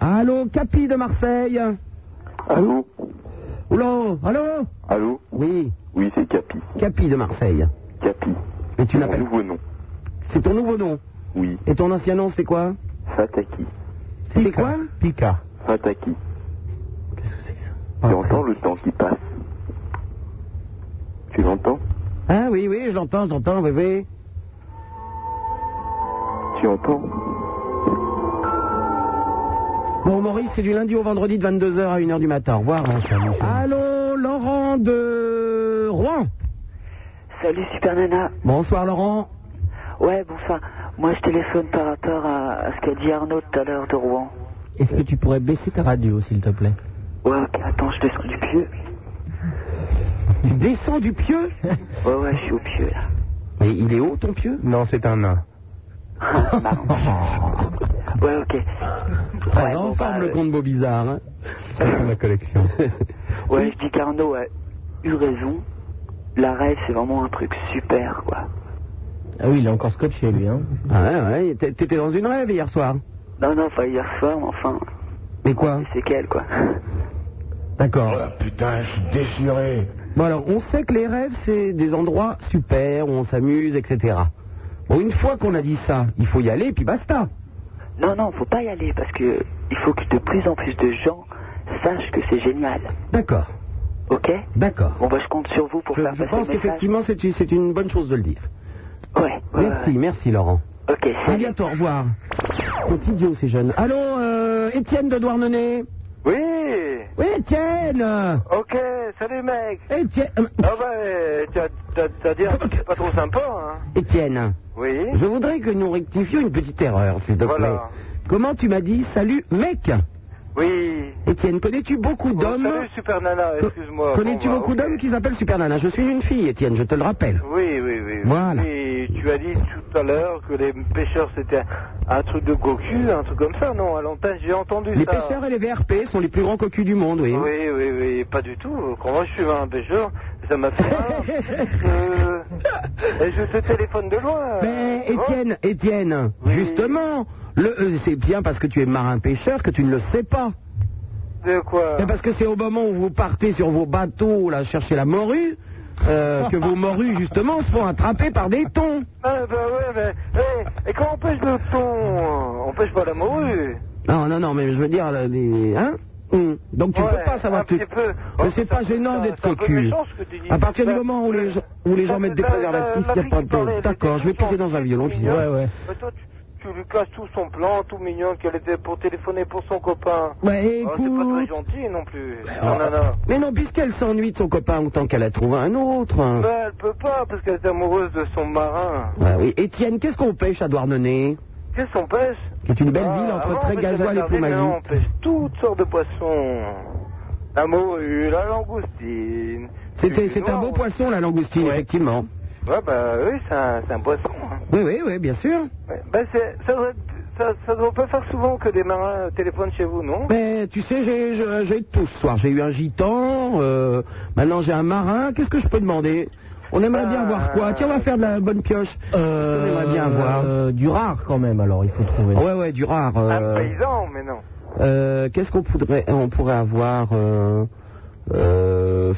Allô, Capi de Marseille Allô Oula, allô Allô Oui, Oui, c'est Capi. Capi de Marseille. Capi. Mais tu C'est mon l'appelles. nouveau nom. C'est ton nouveau nom. Oui, Et ton ancien nom, c'était quoi Fataki. C'était quoi Pika. Fataki. Qu'est-ce que c'est que ça Tu entends le temps qui passe Tu l'entends Ah oui, oui, je l'entends, je l'entends, bébé. Tu entends Bon, Maurice, c'est du lundi au vendredi de 22h à 1h du matin. Au revoir. hein. Allô, Laurent de Rouen. Salut Super Nana. Bonsoir, Laurent. Ouais, bonsoir. Moi, je téléphone par rapport à, à ce qu'a dit Arnaud tout à l'heure de Rouen. Est-ce que tu pourrais baisser ta radio, s'il te plaît Ouais, ok, attends, je descends du pieu. Tu descends du pieu Ouais, ouais, je suis au pieu, là. Mais il est haut, ton pieu Non, c'est un nain. Ouais, ok. Très bon, en bah, forme, le euh, comte hein. Beaubizarre. hein. C'est pour la collection. Ouais, je dis qu'Arnaud a eu raison. La rêve, c'est vraiment un truc super, quoi. ah oui, il est encore scotché, lui. Hein. Ah ouais, ouais, t'é- t'étais dans une rêve hier soir. Non, non, pas hier soir, mais enfin, Mais quoi c'est qu'elle, quoi. D'accord. Ah putain, je suis déchiré. Bon alors, on sait que les rêves, c'est des endroits super où on s'amuse, etc. Bon, une fois qu'on a dit ça, il faut y aller, puis basta. Non, non, faut pas y aller, parce que il faut que de plus en plus de gens sachent que c'est génial. D'accord, Ok d'accord. Bon, bah, je compte sur vous pour Je, faire je passer pense le message. qu'effectivement, c'est une- c'est une bonne chose de le dire. Ouais, ouais, Merci, ouais. merci Laurent. Ok, À salut. bientôt, au revoir. Sont idiots ces jeunes. Allô, euh, Étienne de Douarnenez Oui Oui, Étienne euh, Ok, salut mec Étienne euh, Ah bah, euh, t'as- t'as t'as dit un truc pas trop sympa, hein Oh. Étienne, Oui je voudrais que nous rectifions une petite erreur, s'il te plaît. Voilà. Comment tu m'as dit salut mec Oui Étienne, connais-tu beaucoup Bon, d'hommes Oh, Salut Super Nana, excuse-moi. Connais-tu Bon, bah, beaucoup ok. d'hommes qui s'appellent Super Nana Je suis une fille, Étienne, je te le rappelle. Oui, oui, oui. Voilà. Et tu as dit tout à l'heure que les pêcheurs c'était un truc de cocu, un truc comme ça, non À l'antenne, j'ai entendu Les ça. pêcheurs et les VRP sont les plus grands cocus du monde, oui. Oui, oui, oui, pas du tout. Quand moi je suis hein, un pêcheur, ça m'a fait mal. Euh, et je te téléphone de loin. Mais Hein Ben, Étienne, Étienne, Oui. justement, le- euh, c'est bien parce que tu es marin pêcheur que tu ne le sais pas. De quoi Mais parce que c'est au moment où vous partez sur vos bateaux là chercher la morue euh, que vos morues justement se font attraper par des thons. Ah bah ouais, mais... eh, et quand on pêche le thon, hein on pêche pas la morue. Non, non, non, mais je veux dire, euh, les- hein Hum. Donc tu Ouais, peux pas savoir un que. petit peu. Mais Ouais, c'est ça pas peut- gênant ça- d'être ça peut cocu. méchant, ce que tu dis. À partir du Ça- moment où les gens, où les gens ça- mettent des ça- ça- préservatifs, la il n'y a fille pas qui de thon. parlait, D'accord, c'était je vais méchant, pisser dans un c'était violon. puis- mignon. Ouais, ouais. Mais toi, tu, tu lui casses tout son plan, tout mignon qu'elle était pour téléphoner pour son copain. Bah, Ouais, Oh, c'est pas très écoute. ah, gentil non plus. Non, non, non. Mais non, puisqu'elle s'ennuie de son copain autant qu'elle a trouvé un autre. hein. Bah, elle peut pas parce qu'elle est amoureuse de son marin. Ah oui. Étienne, qu'est-ce qu'on pêche à Douarnenez Qu'est-ce qu'on pêche Qui est une belle ville Ah, entre avant, on pêchait Trégazois et la sardine, mais On Poumazout. pêche toutes sortes de poissons. La morue, la langoustine. C'était- du C'est un noir. beau poisson, la langoustine, effectivement. Ouais, bah oui, c'est un, c'est un poisson. hein. Oui, oui, oui, bien sûr. Ouais. Bah, c'est- ça doit, ça, ça doit pas faire souvent que des marins euh, téléphonent chez vous, non Mais tu sais, j'ai- j'ai j'ai eu de tout ce soir. J'ai eu un gitan, euh, maintenant j'ai un marin. Qu'est-ce que je peux demander On aimerait bien Ah. voir quoi Tiens, on va faire de la bonne pioche. Qu'est-ce qu'on aimerait bien voir euh, du rare quand même, alors il faut trouver. Oh, Ah Ouais, ouais, du rare. euh, Un paysan, mais non. euh, Qu'est-ce qu'on pourrait, on pourrait avoir euh, euh,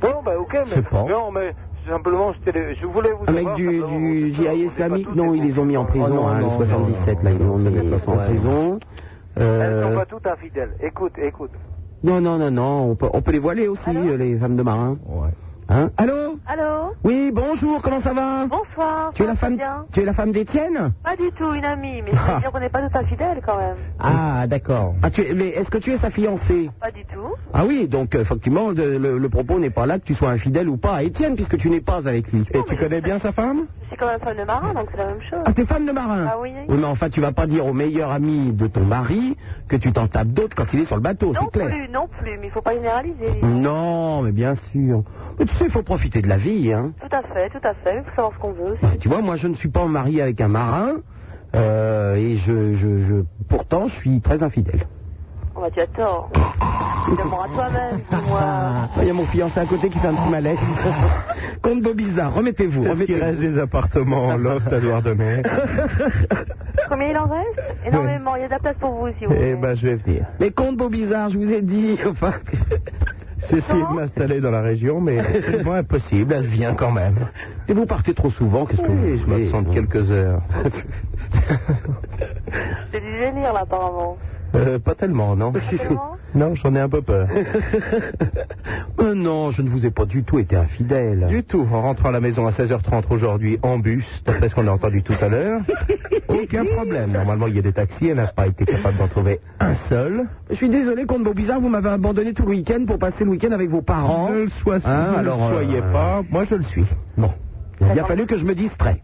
Bon, bah ok, sais mais pas. non, mais simplement, je, télé- je voulais vous Un mec savoir, du, simplement, du GIA vous savoir, vous n'êtes pas islamique tous Non, des ils les ont mis en bons. prison, Oh non, hein, non, le 77, non, là, ils les non, ont ça n'est mis pas en vrai. prison. Elles sont Euh, pas toutes infidèles. Écoute, écoute. non, non, non, non, on peut, on peut les voiler aussi, euh, les femmes de marin. Ouais. Hein Allô Allô Oui, bonjour, comment ça va Bonsoir. Tu es la ça femme, vient tu es la femme d'Étienne Pas du tout, une amie, mais ça veut dire qu'on n'est pas tout à fidèle quand même. Ah, d'accord. ah, tu es- mais est-ce que tu es sa fiancée Pas du tout. Ah oui, donc euh, effectivement, le, le- le propos n'est pas là que tu sois infidèle ou pas à Étienne, puisque tu n'es pas avec lui. Et tu connais bien sa femme Je suis quand même femme de marin, donc c'est la même chose. Ah, t'es femme de marin Ah oui. mais enfin, tu vas pas dire au meilleur ami de ton mari que tu t'en tapes d'autres quand il est sur le bateau, non c'est clair. plus, non plus, mais il faut pas généraliser. Non, mais bien sûr. Mais tu sais, il faut profiter de la vie, hein. Tout à fait, tout à fait, il faut savoir ce qu'on veut. Et Tu vois, moi, je ne suis pas marié avec un marin, euh, et je, je, je, pourtant, je suis très infidèle. On va dire tort. Tu demanderas toi-même, dis-moi. Ah, Il y a mon fiancé à côté qui fait un petit malaise. Comte Bobizarre, remettez-vous. Est-ce qu'il remettez-vous. reste des appartements en loft à Douarnenez Combien il en reste énormément. Il y a de la place pour vous aussi. vous Eh voulez. ben, je vais venir. Mais compte beau bizarre, je vous ai dit. Enfin, J'ai essayé de m'installer dans la région, mais c'est pas impossible, elle vient quand même. et vous partez trop souvent, qu'est-ce que vous voulez Je m'absente quelques heures. C'est du délire là apparemment. Euh, pas tellement, non Tellement Non, j'en ai un peu peur. Euh, non, je ne vous ai pas du tout été infidèle. Du tout. En rentrant à la maison à 16h30 aujourd'hui en bus, d'après ce qu'on a entendu tout à l'heure, aucun problème. Normalement, il y a des taxis, elle n'a pas été capable d'en trouver un seul. Je suis désolé, compte beau bizarre, vous m'avez abandonné tout le week-end pour passer le week-end avec vos parents. Ne le sois- Hein, ne le alors, euh, soyez pas, moi je le suis. Bon, il a fallu que je me distrais.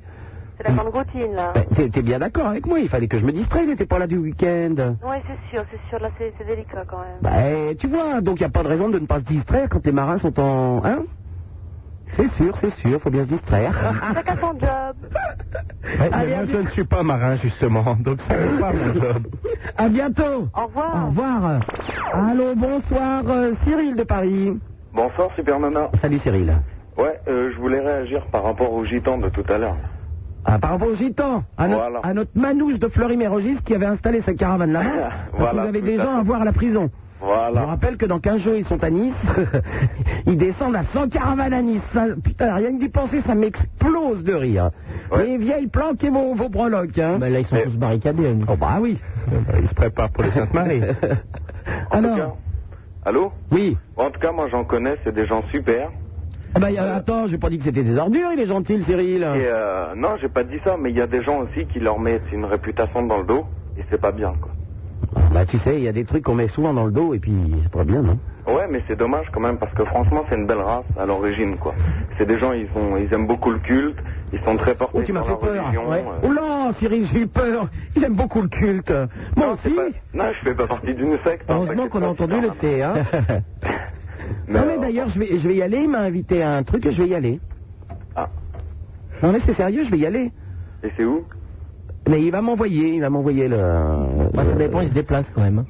C'est la grande routine là. Ben, T'es t'es bien d'accord avec moi, il fallait que je me distrais, il n'était pas là du week-end. Ouais, c'est sûr, c'est sûr. Là, c'est c'est délicat quand même. Ben, tu vois, donc il n'y a pas de raison de ne pas se distraire quand les marins sont en... Hein C'est sûr, c'est sûr, faut bien se distraire. Chacun son job. Ouais, mais moi je ne suis pas marin justement, donc ça n'est pas mon job. à bientôt Au revoir. Au revoir Allô, bonsoir, euh, Cyril de Paris. Bonsoir, Super Nana. Salut Cyril. Ouais, euh, je voulais réagir par rapport au gitan de tout à l'heure. Ah, par rapport aux gitans, à, notre- Voilà. à notre manouche de Fleury-Mérogis qui avait installé sa caravane là-bas, parce Voilà, que vous avez tout des à gens fait. à voir à la prison. Je vous Voilà. rappelle que dans 15 jours, ils sont à Nice. ils descendent à 100 caravanes à Nice. Ça- putain, rien que d'y penser, ça m'explose de rire. Ouais. Les vieilles planquez vos, vos breloques. Hein. Ben là, ils sont Eh. tous barricadés. Oh bah oui. Euh, Il se prépare pour les Saintes-Maries. En tout Alors, cas- Allô oui. En tout cas, moi j'en connais, c'est des gens super. Ah bah, y a- attends, j'ai pas dit que c'était des ordures, il est gentil, le Cyril. Et euh, non, j'ai pas dit ça, mais il y a des gens aussi qui leur mettent une réputation dans le dos, et c'est pas bien, quoi. Bah tu sais, il y a des trucs qu'on met souvent dans le dos et puis c'est pas bien, non Ouais, mais c'est dommage quand même parce que franchement, c'est une belle race à l'origine, quoi. C'est des gens, ils ont, ils aiment beaucoup le culte, ils sont très portés Oh, tu m'as sur fait la peur. religion. Ouais. euh. Oh là, Cyril, j'ai eu peur. Ils aiment beaucoup le culte. Moi Non, c'est aussi. pas- non, je fais pas partie d'une secte. hein, Heureusement t'inquiète qu'on a pas, entendu putain, le thé, hein. Mais, non, mais euh, d'ailleurs, je vais, je vais y aller. Il m'a invité à un truc et je vais y aller. Ah. Non, mais c'est sérieux, je vais y aller. Et c'est où Mais il va m'envoyer, il va m'envoyer le. Bah, ça le- dépend, ils se déplacent quand même.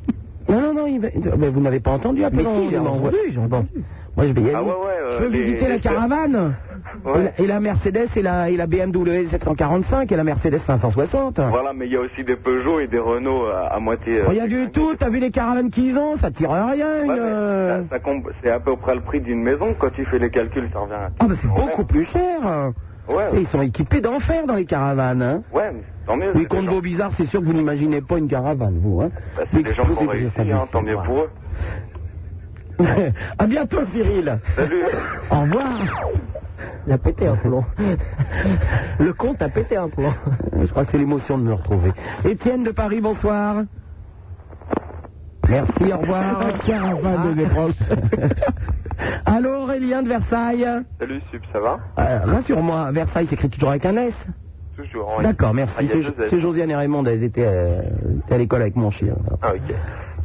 Non, non, non, il va... mais vous n'avez pas entendu après. Mais si, j'ai entendu, j'ai entendu. Moi, je vais y aller. Ah ouais, ouais. euh, je veux les- visiter la les- caravane. Ouais. Et, la, et la Mercedes et la, et la BMW 745 et la Mercedes 560. Voilà, mais il y a aussi des Peugeot et des Renault à, à moitié. euh, Rien du tout, t'as vu les caravanes qu'ils ont, ça tire à rien. une, Ouais, mais euh, ça- ça comp- C'est à peu près le prix d'une maison quand tu fais les calculs, ça revient. à- Ah, bah c'est Ouais. beaucoup plus cher. Ouais, Et ils sont équipés d'enfer dans les caravanes. Hein. ouais, mais tant mieux. Oui, c'est contre des vos gens- bizarres, c'est sûr que vous n'imaginez pas une caravane, vous. Hein. bah, c'est des gens qui Vous ont écrivez réussi, ça, vous hein, tant savez. mieux pour eux. à bientôt, Cyril. Salut. Au revoir. Il a pété un plomb. Le comte a pété un plomb. Je crois que c'est l'émotion de me retrouver. Étienne de Paris, bonsoir. Merci, au revoir. caravane des Allô, Aurélien de Versailles. Euh, Salut, Sub, ça va Rassure-moi, Versailles s'écrit toujours avec un S. Toujours. oui. D'accord, Ah, merci. il y a C'est- deux S. c'est Josiane et Raymond, elles étaient, euh, elles étaient à l'école avec mon chien. Ah, ok.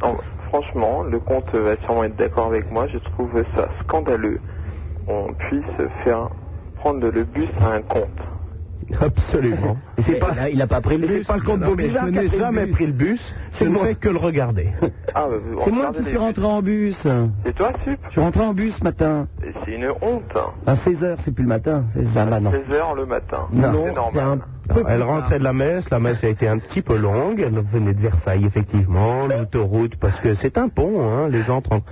Non, franchement, le comte va sûrement être d'accord avec moi. Je trouve ça scandaleux. On puisse faire prendre le bus à un comte. Absolument. Et c'est pas, il a pas pris le c'est bus. pas le compte Non, beau mais je bizarre qui a n'ai pris le jamais bus. pris le bus, je C'est ne moi. fais que le regarder. Ah, C'est moi qui suis rentré en bus. Je C'est toi, Sup suis rentré en bus ce matin. C'est une honte. À 16h, c'est plus le matin. C'est ah, bah, non. 16h le matin. Non, c'est c'est un normal. peu plus Elle rentrait de la messe, la messe a été un petit peu longue, elle venait de Versailles effectivement, l'autoroute, parce que c'est un pont, hein, les gens tren-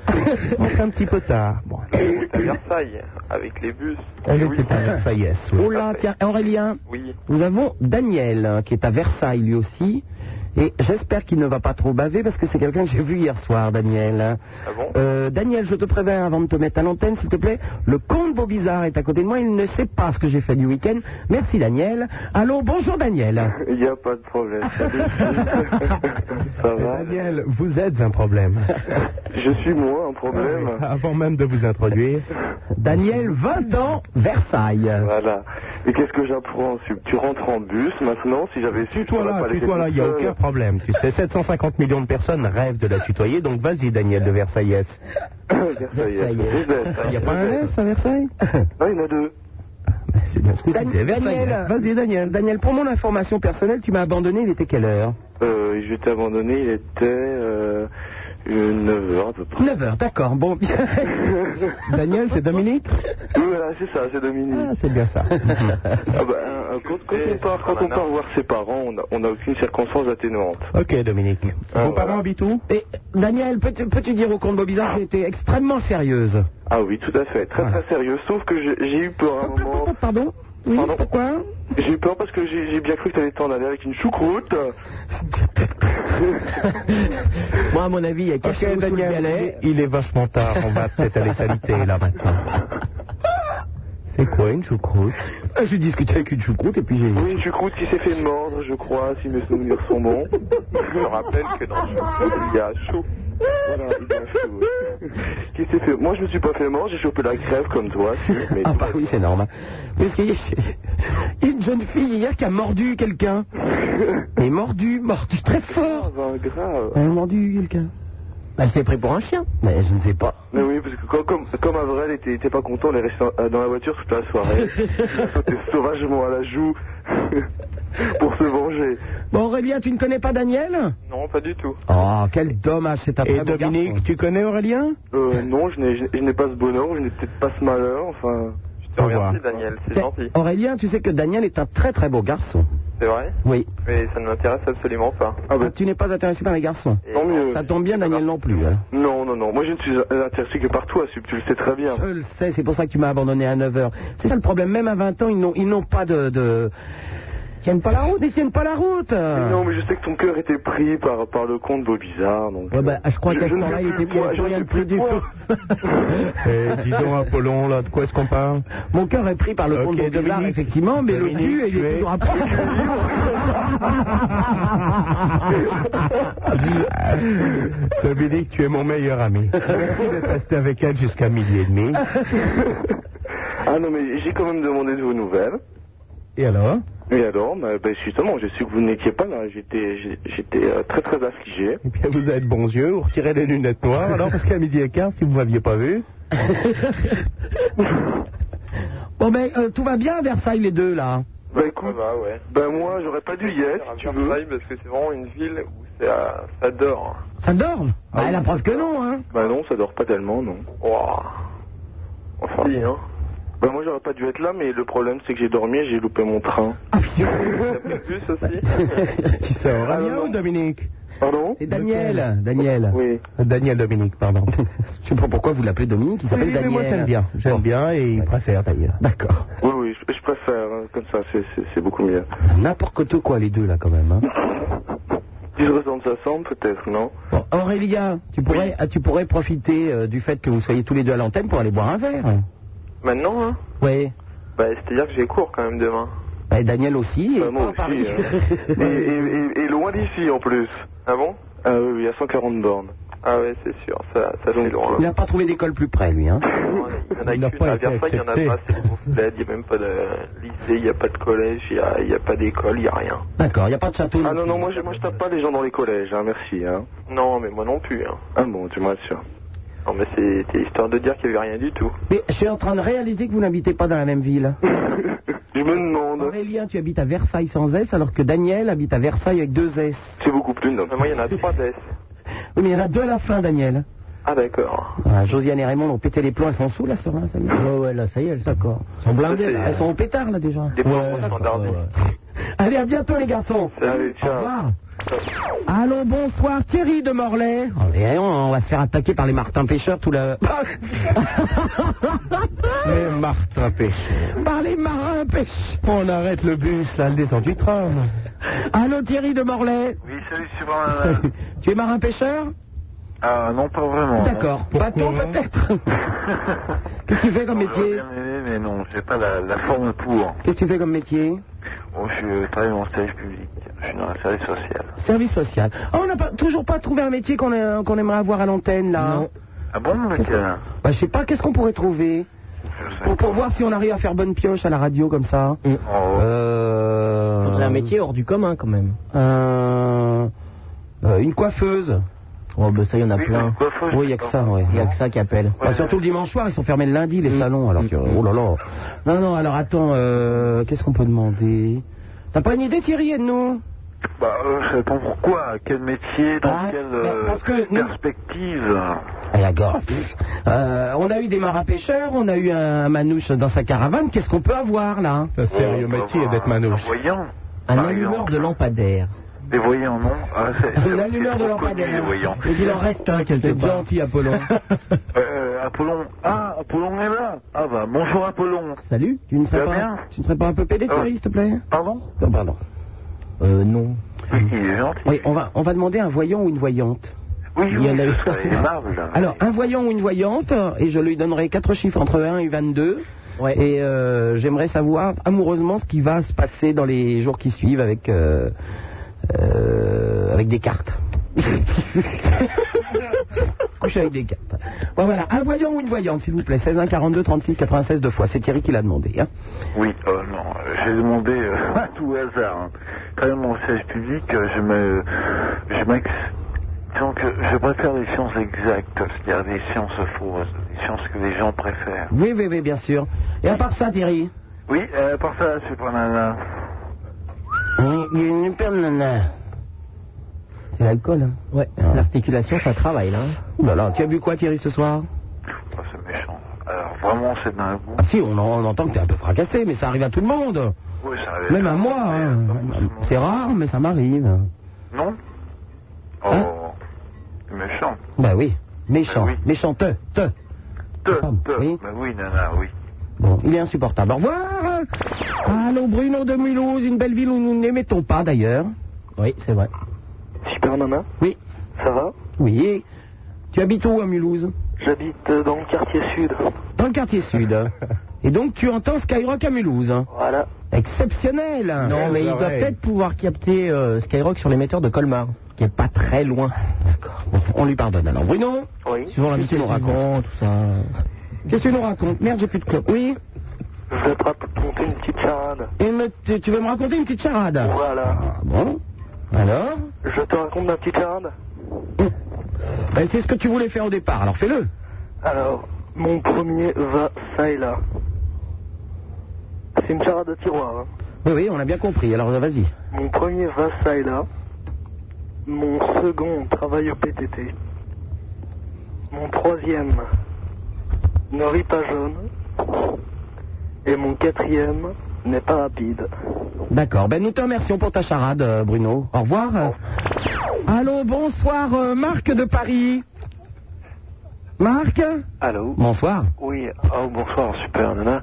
rentrent un petit peu tard. Bon. On est à Versailles, avec les bus. Elle Et oui. était à Versailles, oui. Oh là, tiens, Aurélien, Oui. nous avons Daniel hein, qui est à Versailles lui aussi. Et j'espère qu'il ne va pas trop baver parce que c'est quelqu'un que j'ai vu hier soir, Daniel. Ah bon Euh, Daniel, je te préviens avant de te mettre à l'antenne, s'il te plaît. Le comte Beaubizarre est à côté de moi, il ne sait pas ce que j'ai fait du week-end. Merci Daniel. Allô, bonjour Daniel. Il n'y a pas de problème. Salut, Sup. ça va Daniel, vous êtes un problème. Je suis moi un problème. Avant même de vous introduire, Daniel, 20 ans, Versailles. Voilà. Mais qu'est-ce que j'apprends Sup Tu rentres en bus maintenant, si j'avais su, tutoie je t'aurais là, pas laissé tutoie là, il toute n'y a seule. aucun problème. Tu sais, 750 millions de personnes rêvent de la tutoyer, donc vas-y Daniel de Versailles. Versailles. Versailles. Il n'y a pas un S à Versailles Non, il y en a deux. C'est bien ce que tu Dan- disais, Versailles. Daniel, vas-y Daniel. Daniel, pour mon information personnelle, tu m'as abandonné, il était quelle heure Euh, je t'ai abandonné, il était euh, euh, 9 heures à peu près. 9h, d'accord. Bon, Daniel, c'est Dominique Oui, voilà, c'est ça, c'est Dominique. Ah, c'est bien ça. Ah bah, euh, quand, quand on part, quand on part voir ses parents, on n'a on n'a aucune circonstance atténuante. Ok, Dominique. Ah, Vos parents habitent où Et Daniel, peux-tu peux-tu dire au compte Bobizard que j'ai été extrêmement sérieuse Ah oui, tout à fait, très très sérieux, sauf que j'ai- j'ai eu peur à un moment. Pardon Oui, Pardon pourquoi J'ai eu peur parce que j'ai j'ai bien cru que t'allais t'en aller avec une choucroute. Moi, à mon avis, il y a quelque Ok, chose sous le Daniel, galet. il est- il est vachement tard, on va peut-être aller s'aliter là maintenant. C'est quoi une choucroute Ah, J'ai discuté avec une choucroute et puis j'ai... Oui, une choucroute qui s'est fait mordre, je crois, si mes souvenirs sont bons. Je rappelle que dans Il y a chaud. Voilà, il y a chaud. Qui s'est fait... Moi, je me suis pas fait mort, j'ai chopé la crève comme toi. Mais Ah bah oui, c'est normal. Parce qu'il y a il y a une jeune fille hier qui a mordu quelqu'un. Et mordu, mordu très Ah. fort. grave, hein, grave. Elle a mordu quelqu'un. Bah, Elle s'est pris pour un chien. Mais je ne sais pas. Mais oui, parce que quand- comme, comme Avrel était, était pas content, il est resté en- dans la voiture toute la soirée. Il a sauté sauvagement à la joue pour se venger. Bon, Aurélien, tu ne connais pas Daniel Non, pas du tout. Oh, quel dommage, c'est un Et très beau Dominique, tu connais Aurélien Euh, non, je n'ai- je je n'ai pas ce bonheur, je n'ai peut-être pas ce malheur, enfin... Je te remercie, Daniel, c'est garçon. gentil. Aurélien, tu sais que Daniel est un très très beau garçon. C'est vrai Oui. Mais ça ne m'intéresse absolument pas. Ah bah, tu n'es pas intéressé par les garçons. Et euh, Tant mieux. Ça tombe bien, Daniel non plus. hein. alors. Non, non, non, moi je ne suis intéressé que par toi, Sub, tu le sais très bien. Je le sais, c'est pour ça que tu m'as abandonné à 9h. C'est ça le problème, même à 20 ans, ils n'ont, ils n'ont pas de, de... Ils tiennent pas la route Ils tiennent pas la route Mais Non, mais je sais que ton cœur était pris par, par le compte Bobizarre, donc... euh, Ouais, bah, je crois qu'à ce je ne moment-là, fais il plus était il y avait poids, plus je ne rien de fais plus plus du poids. tout. Eh, dis donc, Apollon, là, de quoi est-ce qu'on parle Mon cœur est pris par le Ok, compte de bizarre, Dominique. effectivement, mais le Dominique, cul, il tu est es- toujours à prendre. Ah, Dominique, tu es mon meilleur ami. Merci d'être resté avec elle jusqu'à midi et demi. Ah non, mais j'ai quand même demandé de vos nouvelles. Et alors Et alors, bah, bah, justement, j'ai su que vous n'étiez pas là, j'étais j'ai- j'étais euh, très très affligé. Eh bien, vous êtes bons yeux, vous retirez les lunettes noires, alors parce qu'à midi et quinze, si vous m'aviez pas vu... Bon, ben, euh, tout va bien à Versailles, les deux, là. Bah écoute, bah ouais. bah moi j'aurais pas dû y être, si tu veux. parce que c'est vraiment une ville où ça, ça dort. Ça dort Bah, la preuve que non, hein. Bah non, ça dort pas tellement, non. Ouah. hein. Enfin, bah moi j'aurais pas dû être là, mais le problème c'est que j'ai dormi et j'ai loupé mon train. Ah, putain. T'as pris le bus aussi Qui ça, Aurélien Alors, ou Dominique Pardon Et Daniel, Daniel. Oui. Daniel Dominique, pardon. Je sais pas pourquoi vous l'appelez Dominique, il s'appelle Oui, mais Daniel. moi, j'aime bien. J'aime bien et il préfère, d'ailleurs. D'accord. Oui, oui, je, je préfère, hein, comme ça, c'est- c'est c'est beaucoup mieux. N'importe quoi, les deux, là, quand même. hein. Ils se ressemblent, ça semble peut-être, non Bon, Aurélien, tu pourrais, ah, tu pourrais profiter euh, du fait que vous soyez tous les deux à l'antenne pour aller boire un verre. Maintenant, hein Oui. Bah, c'est-à-dire que j'ai cours quand même demain. Et Daniel aussi. Bah, Et... Moi aussi. hein. et, et- et- et loin d'ici en plus. Ah bon Ah oui, oui, à 140 bornes. Ah ouais, c'est sûr, ça, ça c'est loin. Il n'a pas trouvé d'école plus près, lui. Hein. Il y en a Il n'a qu'une pas à été Versailles, il y en a accepté. pas, c'est le Moufled, il n'y a même pas de lycée, il n'y a pas de collège, il n'y a, il y a pas d'école, il n'y a rien. D'accord, il n'y a pas de château. Ah non, non, moi je, moi je tape pas les gens dans les collèges, hein, merci. Hein. Non, mais moi non plus. Hein. Ah bon, tu me rassures. Non, mais c'était histoire de dire qu'il n'y avait rien du tout. Mais je suis en train de réaliser que vous n'habitez pas dans la même ville. Je me demande, Aurélien, tu habites à Versailles sans S, alors que Daniel habite à Versailles avec deux S. c'est beaucoup plus Mais noble. moi, il y en a trois d'S. Oui, mais il y en a deux à la fin, Daniel. Ah d'accord. Ah, Josiane et Raymond ont pété les plombs, elles sont sous, là, sur ça y est. Ouais, ouais, là, ça y est, elles d'accord. Elles sont blindées, là. Elles sont au pétard, là, déjà. Des plans sont standardés. Allez, à bientôt, les garçons. Allez, Au ciao. revoir. Allô, bonsoir, Thierry de Morlaix. Oh, et on, on va se faire attaquer par les Martin Pêcheurs tout la... Mais Martin Pêcheur. par les marins pêcheurs. On arrête le bus, là, le descend du tram. Allô, Thierry de Morlaix. Oui, salut, c'est moi. Tu es marin pêcheur Ah, non, pas vraiment. D'accord. Bateau, Pourquoi peut-être Qu'est-ce que tu fais comme Non, j'aurais métier bien aimé, mais non, j'ai pas la, la forme pour. Qu'est-ce que tu fais comme métier Bon, je euh, travaille en stage public. Je suis dans un service social. Service social. Oh, on n'a pas, toujours pas trouvé un métier qu'on a- qu'on aimerait avoir à l'antenne, là. Non. Ah bon, lequel Bah, je sais pas, qu'est-ce qu'on pourrait trouver Je sais pour, pour pas. voir si on arrive à faire bonne pioche à la radio comme ça. Oh, Euh... C'est Mm. un métier hors du commun, quand même. Euh, euh, une coiffeuse. Oh, ben ça, il y en a Oui, plein. une coiffeuse, Oui, il n'y a que ça, ouais. Il y a que ça qui appelle. Mm. Bah, surtout le dimanche soir, ils sont fermés le lundi, les salons. Alors que, oh là là. Non, non, alors attends, euh, qu'est-ce qu'on peut demander T'as pas une idée, Thierry, aide-nous Bah, euh, je savais pas pourquoi, quel métier, dans Ah, quelle bah, euh, parce que nous- perspective. Ah, D'accord. Euh, on a eu des marins pêcheurs, on a eu un manouche dans sa caravane. Qu'est-ce qu'on peut avoir là hein C'est un sérieux Bon, métier bah, d'être Un manouche. voyant. Un par allumeur exemple. de lampadaire. Des voyants, non ah, c'est- c'est- Un allumeur de c'est trop connu, les lampadaire. voyants. Et il en reste un quelque C'est part. gentil, Apollon. Euh, euh, Apollon. Ah, Apollon est là. Ah bah, bonjour Apollon. Salut. Tu ne serais Ça va pas, bien tu ne serais pas un peu pédé, toi, Ah oui. s'il te plaît Pardon Oh, Pardon. euh, non. Oui, il est gentil. Oui, on va, on va demander un voyant ou une voyante. Oui, Il y oui, en a eu. ce serait aimable. Alors, un voyant ou une voyante, et je lui donnerai quatre chiffres entre 1 et 22. Ouais. Et euh, j'aimerais savoir amoureusement ce qui va se passer dans les jours qui suivent avec, euh, euh, avec des cartes. Coucher avec des cartes. Bon, voilà, un voyant ou une voyante, s'il vous plaît. 16 1 42 36 96 deux fois. C'est Thierry qui l'a demandé. Hein. Oui, euh, non, euh, j'ai demandé euh, à tout hasard. hein. Quand même, mon siège public, euh, je me. Je m'ex. Donc, euh, je préfère les sciences exactes, c'est-à-dire des sciences fausses, des sciences que les gens préfèrent. Oui, oui, oui, bien sûr. Et à part ça, Thierry Oui, euh, par ça, Super Nana. Oui, Hein, il y a une super nana. C'est l'alcool. hein. Ouais, Ah. l'articulation, ça travaille là. Ouh là là, tu as bu quoi, Thierry, ce soir Oh, c'est méchant. Alors, vraiment, c'est d'un goût. Ah si, on, en- on entend que t'es un peu fracassé, mais ça arrive à tout le monde. Oui, ça arrive. Même à moi. hein. C'est rare, mais ça m'arrive. euh, Non Oh, Hein c'est méchant. Bah oui, méchant, Ah oui. méchant, te, te. Te, Ah, te. oui. Bah oui, Nana, oui. Bon, il est insupportable. Au revoir Allô, Bruno de Mulhouse, une belle ville où nous n'émettons pas, d'ailleurs. Oui, c'est vrai. Super Nana Oui. Ça va Oui, et tu habites où à Mulhouse J'habite euh, dans le quartier sud. Dans le quartier sud. Et donc, tu entends Skyrock à Mulhouse hein. Voilà. Exceptionnel hein. Non, mais il ah doit oreilles. peut-être pouvoir capter euh, Skyrock sur l'émetteur de Colmar, qui est pas très loin. D'accord, bon, on lui pardonne alors. Bruno Oui. Souvent Qu'est-ce l'invité qu'il nous nous raconte, tout ça. Qu'est-ce que tu nous racontes Merde, j'ai plus de clopes. Oui Je vais te raconter une petite charade. Et me- tu, tu veux me raconter une petite charade Voilà. Ah bon Alors Je te raconte ma petite charade. Ben, C'est ce que tu voulais faire au départ, alors fais-le. Alors, mon premier va ça et là. C'est une charade de tiroir. hein. Oui, oui, on a bien compris, alors vas-y. Mon premier va ça et là. Mon second travaille au PTT. Mon troisième ne rit pas jaune. Et mon quatrième n'est pas rapide. D'accord, ben nous te remercions pour ta charade, euh, Bruno. Au revoir. euh. Allô, bonsoir, euh, Marc de Paris. Marc Allô Bonsoir. Oui, oh, bonsoir, super nana.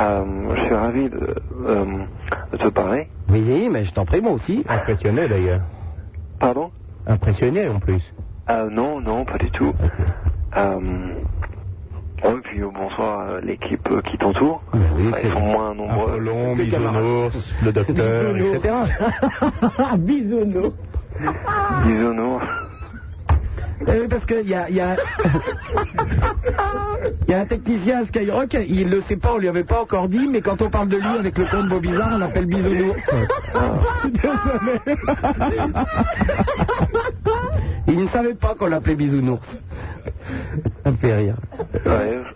Euh, je suis ravi de, euh, de te parler. Oui, mais je t'en prie, moi aussi. Impressionné d'ailleurs. Pardon Impressionné en plus. Euh, Non, non, pas du tout. Euh, oh, et puis euh, bonsoir euh, l'équipe euh, qui t'entoure. oui, Enfin, ils sont moins nombreux. Apollon, Tes camarades. Bisounours, le docteur, Bisounours. etc. Bisounours. Bisounours. Euh, parce qu'il y a, il y, a... il y a un technicien à Skyrock, il le sait pas, on lui avait pas encore dit, mais quand on parle de lui avec le compte Bobizarre, on l'appelle Bisounours. Ah. il ne savait pas qu'on l'appelait Bisounours. Ça me fait rire. Ouais,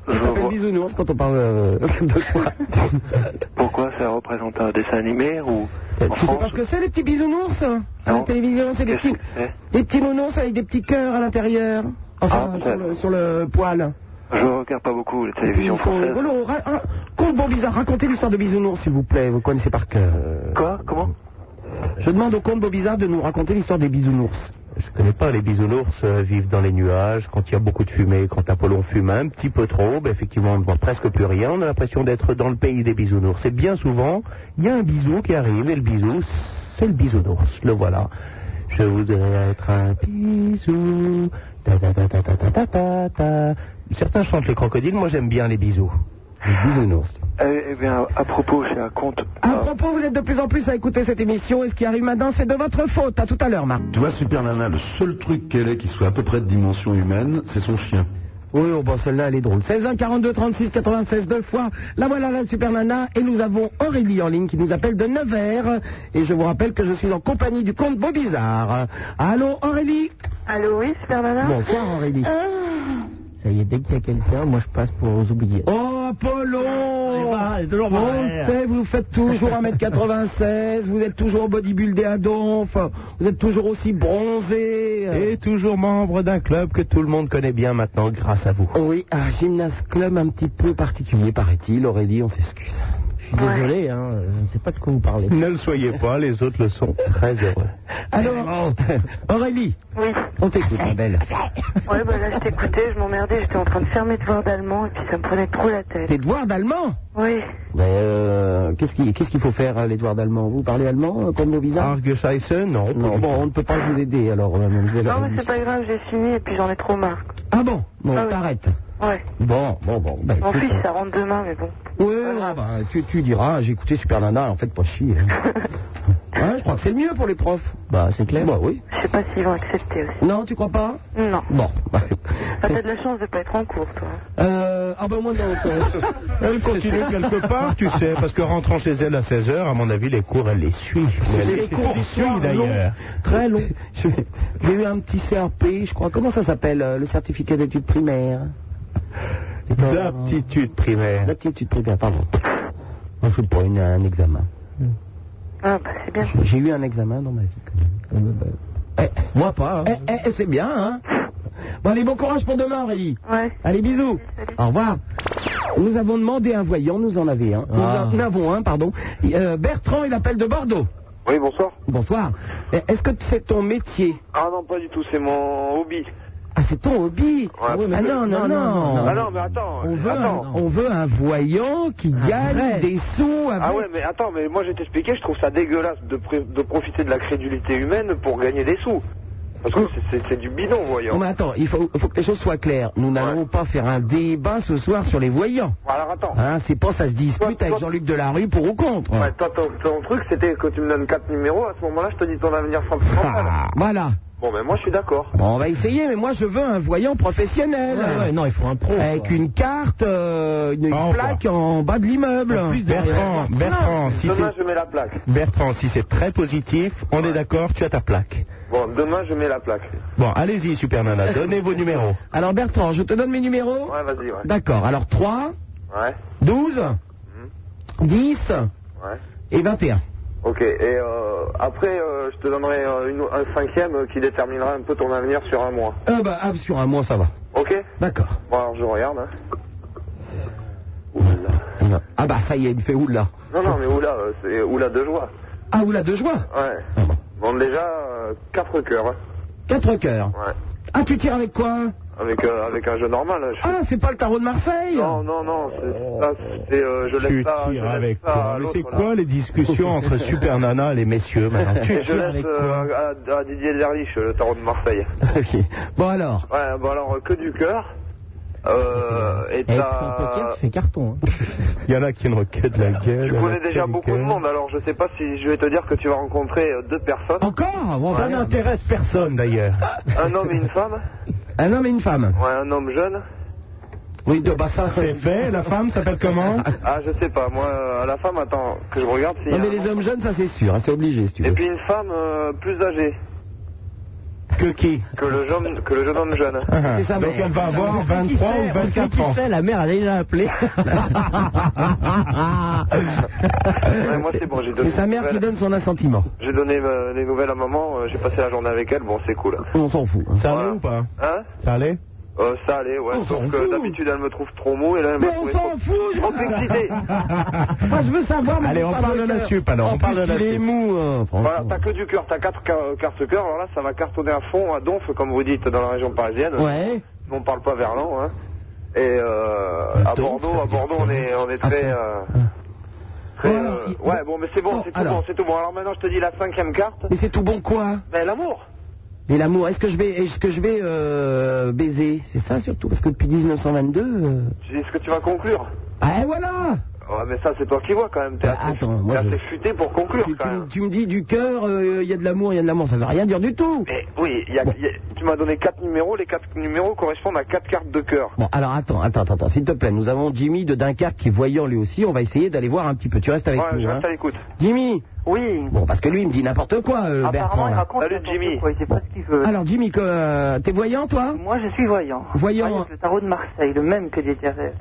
je- Il je s'appelle vois- Bisounours quand on parle euh, de toi. Pourquoi ça représente un dessin animé ou en Euh, Tu sais pas France ce que c'est les petits bisounours Hein, À la Non. télévision, c'est des Qu'est-ce petits, que c'est des petits nounours avec des petits cœurs à l'intérieur. Enfin, Ah, sur, le, sur le poil. Je regarde pas beaucoup les télévisions Ils sont françaises. rigolos. Ra- ra- Comte bon bizarre, racontez l'histoire de Bisounours, s'il vous plaît. Vous connaissez par cœur. Quoi Comment Je demande au comte Bobizard de nous raconter l'histoire des bisounours. Je connais pas, les bisounours euh, vivent dans les nuages, quand il y a beaucoup de fumée, quand Apollon fume un petit peu trop, ben effectivement on ne voit presque plus rien, on a l'impression d'être dans le pays des bisounours. Et bien souvent, il y a un bisou qui arrive, et le bisou, c'est le bisounours, le voilà. Je voudrais être un bisou, ta ta ta ta ta ta ta ta ta. Certains chantent les crocodiles, moi j'aime bien les bisous. Les bisounours. eh, eh bien, à propos, j'ai un compte. À propos, vous êtes de plus en plus à écouter cette émission et ce qui arrive maintenant, c'est de votre faute. À tout à l'heure, Marc. Tu vois, Super Nana, le seul truc qu'elle ait qui soit à peu près de dimension humaine, c'est son chien. Oui, oh, bon, celle-là, elle est drôle. 16 1 42 36 96 deux fois. La voilà la super nana et nous avons Aurélie en ligne qui nous appelle de Nevers et je vous rappelle que je suis en compagnie du comte Bobizard. Allô Aurélie. Allô, oui, Super Nana Bonsoir Aurélie. Ah. Ça y est, dès qu'il y a quelqu'un, moi je passe pour oublier. Oh Apollon toujours On pareil. sait, vous faites toujours 1m96, vous êtes toujours bodybuildé à donf, vous êtes toujours aussi bronzé. Et toujours membre d'un club que tout le monde connaît bien maintenant grâce à vous. Oui, un gymnase club un petit peu particulier, paraît-il. Aurélie, on s'excuse. Je suis désolé, hein, je ne sais pas de quoi vous parlez. Ne le soyez pas, les autres le sont très heureux. Alors, Aurélie, on t'écoute, ma belle. Ouais, bah là, je t'écoutais, je m'emmerdais, j'étais en train de faire mes devoirs d'allemand et puis ça me prenait trop la tête. Tes devoirs d'allemand Oui. Mais, euh, qu'est-ce qui- qu'est-ce qu'il faut faire, euh, les devoirs d'allemand Vous parlez allemand, euh, comme nos Ah, bizarres non. Non, bon, on ne peut pas vous aider, alors, euh, mademoiselle Non, mais Aurélie. c'est pas grave, j'ai fini et puis j'en ai trop marre. Ah bon Bon, t'arrêtes. Ouais. Bon, bon, bon. Ben, Mon écoute, fils, ça rentre demain, mais bon. Ouais, ah bah, tu, tu diras, j'ai écouté Super Nana, en fait, pas chier. Hein, je crois que c'est le mieux pour les profs. Bah, c'est clair. Bah oui. Je sais pas s'ils vont accepter aussi. Non, tu crois pas Non. Bon. bah. Ah, t'as de la chance de pas être en cours, toi. Euh, ah ben moi, non. encore. Elle continue quelque part, tu sais, parce que rentrant chez elle à 16h, à mon avis, les cours, elle les suit. Mais elle J'ai les cours du poursuit, soir d'ailleurs. longs, très longs. Je- J'ai eu un petit CRP, je crois. Comment ça s'appelle, euh, le certificat d'études primaires Euh, D'aptitude primaire. D'aptitude primaire, pardon. Moi, je suis pour une- un examen. Ah, bah, c'est bien. J'ai eu un examen dans ma vie. quand même. Moi pas. Eh, eh, eh, c'est bien, hein Bon, allez, bon courage pour demain, Aurélie. Ouais. Allez, bisous. Au revoir. Nous avons demandé un voyant, nous en avait un. Nous Ah. en nous avons un, pardon. Euh, Bertrand, il appelle de Bordeaux. Oui, bonsoir. Bonsoir. Eh, Est-ce que c'est ton métier Ah non, pas du tout, c'est mon hobby. Ah, c'est ton hobby Ouais, parce Ah que- non, non, non. Ah non, mais attends. on, veut attends. un, on veut un voyant qui gagne vrai. des sous avec... Ah ouais, mais attends, mais moi je vais t'expliquer, je trouve ça dégueulasse de, pré- de profiter de la crédulité humaine pour gagner des sous. Parce que c'est- c'est- c'est du bidon, voyons. Non, mais attends, il faut, faut que les choses soient claires. Nous n'allons pas faire un débat ce soir sur les voyants. Alors attends. Hein, c'est pas ça se dispute avec Jean-Luc Delarue pour ou contre. Ouais, toi, ton, ton truc, c'était que tu me donnes 4 numéros, à ce moment-là, je te dis ton avenir sans Ah, voilà. Bon, ben moi, je suis d'accord. Bon, on va essayer, mais moi je veux un voyant professionnel. Ouais, ouais, non, il faut un pro. Avec une carte, euh, une, une Ah, plaque en bas de l'immeuble. Bertrand, Bertrand, si demain, c'est- je mets la plaque. Bertrand, si c'est très positif, on est d'accord, tu as ta plaque. Bon, demain, je mets la plaque. Bon, allez-y, Super Nana, donnez vos numéros. Alors Bertrand, je te donne mes numéros. Ouais, vas-y, ouais. D'accord, alors 3, Ouais, 12, 10 Mhm. ouais. et 21. Ok, et euh, après, euh, je te donnerai euh, une- un cinquième euh, qui déterminera un peu ton avenir sur un mois. Euh, bah, ah, sur un mois, ça va. Ok D'accord. Bon, alors, je regarde. hein. Ah bah ça y est, il me fait oula. Non, non, mais oula, euh, c'est oula de joie. Ah oula de joie Ouais. Bon, déjà, euh, quatre cœurs. hein. 4 cœurs. Ouais. Ah, tu tires avec quoi Avec, euh, avec un jeu normal. hein, je- Ah, c'est pas le tarot de Marseille Non, non, non, c'est- ça, c'est, euh, je laisse Tu ça. tires je laisse avec quoi ça à Mais l'autre, c'est là. quoi les discussions entre Super Nana et les messieurs maintenant Tu Et Je tires laisse avec euh, à, à Didier Lerich le tarot de Marseille. Ok. Bon alors. Ouais, bon alors, euh, que du cœur. Euh, et Avec t'as- son poker, tu fais carton. Hein. Il y en a qui ne recueillent de la gueule. il Tu y en a connais qui ne déjà beaucoup de recueillent. monde, alors je sais pas si je vais te dire que tu vas rencontrer euh, deux personnes, Encore Bon, bah, Ça ça va. n'intéresse personne d'ailleurs. un homme et une femme, Un homme et une femme. ouais, un homme jeune. Oui, de bah ça C'est c'est... fait, la femme s'appelle comment Ah, je sais pas, moi, euh, la femme, attends, que je regarde si. euh, Non mais les hommes jeunes, ça c'est sûr, hein, c'est obligé si tu Et veux. puis une femme euh, plus âgée Que qui que le jeune, que le jeune homme jeune. C'est sa Donc mère. elle va avoir 23 ou 24 ans. la mère a déjà appelé. Ouais, moi c'est bon, j'ai donné. C'est sa mère qui donne son assentiment. J'ai donné euh, les nouvelles à maman, euh, j'ai passé la journée avec elle, bon c'est cool. On s'en fout. hein. Ça allait Voilà. ou pas Hein Ça allait euh, Ça allait, ouais. On s'en Sauf que fout. d'habitude elle me trouve trop mou et là elle m'a Mais on trouvé s'en trop- fout trop excité. Moi je veux savoir... mais Allez, on pas parle le de la cœur. sup, alors, En on parle plus, de la il est sup. mou, hein, franchement. Voilà, t'as que du cœur, t'as quatre ca- cartes cœur, alors là ça va cartonner à fond, à donf, comme vous dites, dans la région parisienne. Ouais. Nous, On parle pas verlan, hein. Et euh, à Donf, ça Bordeaux, veut à dire Bordeaux on est, on est très... euh, très, Voilà, euh, il- ouais, bon, mais c'est bon, Bon, c'est tout alors. bon, c'est tout bon. Alors maintenant, je te dis la cinquième carte. Mais c'est tout bon quoi Mais l'amour Mais l'amour, est-ce que je vais, est-ce que je vais euh, baiser C'est ça surtout, parce que depuis 1922... euh, Tu dis ce que tu vas conclure Ah et voilà Ouais, mais ça, c'est toi qui vois quand même. T'es Bah, assez, attends, moi, t'es je- assez futé pour conclure tu, tu- quand même. tu me dis du cœur, euh, il y a de l'amour, il y a de l'amour, ça veut rien dire du tout Mais oui, il y a- il y a- tu m'as donné quatre numéros, les quatre numéros correspondent à quatre cartes de cœur. Bon, alors attends, attends, attends, attends, s'il te plaît, nous avons Jimmy de Dunkerque qui est voyant lui aussi, on va essayer d'aller voir un petit peu, tu restes avec Ouais, nous. Ah, je hein. reste à l'écoute. Jimmy, Oui. Bon, parce que lui, il me dit n'importe quoi, euh, Bertrand. Apparemment, il là. raconte. Salut Jimmy. Quoi, il sait pas ce qu'il veut. Alors, Jimmy, que, euh, t'es voyant, toi Moi, je suis voyant. Voyant. Voyant, le tarot de Marseille, le même que j'étais avec.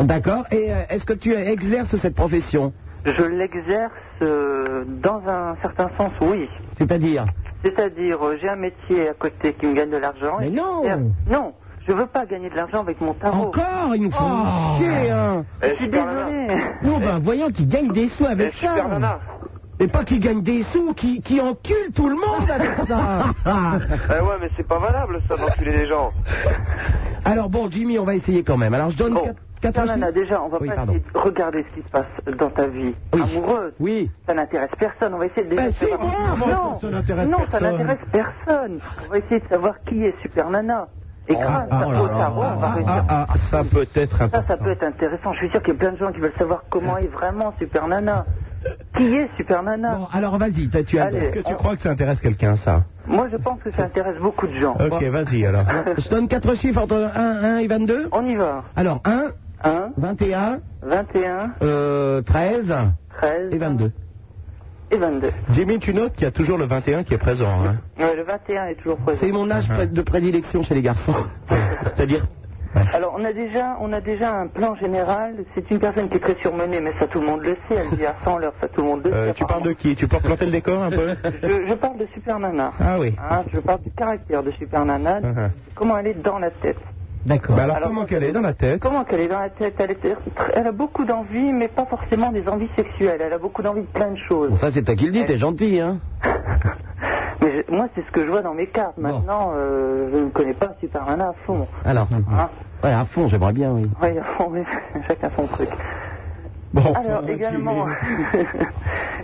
D'accord. Et euh, est-ce que tu exerces cette profession Je l'exerce euh, dans un certain sens, oui. C'est-à-dire C'est-à-dire, euh, j'ai un métier à côté qui me gagne de l'argent. Mais non Non, je veux pas gagner de l'argent avec mon tarot. Encore Ils nous font Oh. chier, hein Eh, Je suis désolé. Non, ben, voyant qui gagne des sous avec Eh, ça Et pas qui gagne des sous, qui, qui encule tout le monde avec ça Eh ouais, mais c'est pas valable ça d'enculer les gens. Alors bon, Jimmy, on va essayer quand même. Alors je donne Bon, quatre- quatre Nana, chiffres. déjà, on va Oui, pas pardon. essayer de regarder ce qui se passe dans ta vie amoureuse. Oui. Ça n'intéresse personne. On va essayer de déjà Ben, si, savoir- moi, moi, non, ça n'intéresse non, ça personne. n'intéresse personne. On va essayer de savoir qui est Super Nana. Et grâce ah, à- oh là au là. tarot, on va réussir. Ah, ça peut être Ça, ça peut être intéressant. Je suis sûr qu'il y a plein de gens qui veulent savoir comment est vraiment Super Nana. Qui est Super Nana Alors vas-y, t'as- tu as. Allez, Est-ce que tu on- crois que ça intéresse quelqu'un, ça Moi, je pense que ça intéresse beaucoup de gens. Ok, vas-y alors. Je donne quatre chiffres entre 1, 1 et 22. On y va. Alors 1, 1, 21, 21, euh, 13 13 et 22. et 22. Jimmy, tu notes qu'il y a toujours le 21 qui est présent. Hein. Ouais, le 21 est toujours présent. C'est mon âge pré- de prédilection chez les garçons. Ah C'est-à-dire Alors, on a déjà, on a déjà un plan général. C'est une personne qui est très surmenée, mais ça tout le monde le sait. Elle vit à 100 l'heure, ça tout le monde le Euh, sait. tu parles de qui Tu peux replanter le décor un peu Je, je parle de Super Nana. Ah oui. Hein, je parle du caractère de Super Nana, Uh-huh. comment elle est dans la tête. D'accord. Bah alors, comment qu'elle est dans la tête Comment qu'elle est dans la tête elle, est- elle a beaucoup d'envie, mais pas forcément des envies sexuelles. Elle a beaucoup d'envie de plein de choses. Bon, ça, c'est toi qui le dis, t'es gentil, hein Mais je- moi, c'est ce que je vois dans mes cartes. Maintenant, euh, je ne connais pas Super Nana à fond. Alors, Hein ouais, à fond, j'aimerais bien, oui. Ouais, à fond, mais chacun son truc. Bon, Alors également,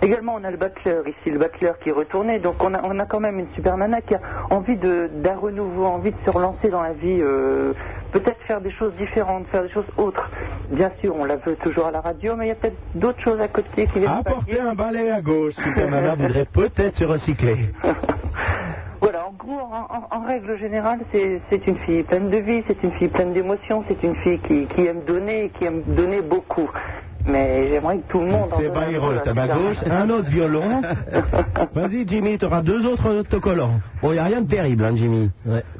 également on a le battleur ici, le battleur qui est retourné. Donc on a, on a quand même une super nana qui a envie de d'un renouveau, envie de se relancer dans la vie, euh, peut-être faire des choses différentes, faire des choses autres. Bien sûr, on la veut toujours à la radio, mais il y a peut-être d'autres choses à côté qui viennent. Apporter un balai à gauche, Superman voudrait peut-être se recycler. Voilà, en gros, en, en- en règle générale, c'est c'est une fille pleine de vie, c'est une fille pleine d'émotions, c'est une fille qui, qui aime donner, et qui aime donner beaucoup. Mais j'aimerais que tout le monde. en C'est donne un peu Bayreux, à t'as ma Super gauche, un autre violon. Vas-y Jimmy, t'auras deux autres autocollants. Bon, il n'y a rien de terrible, hein, Jimmy.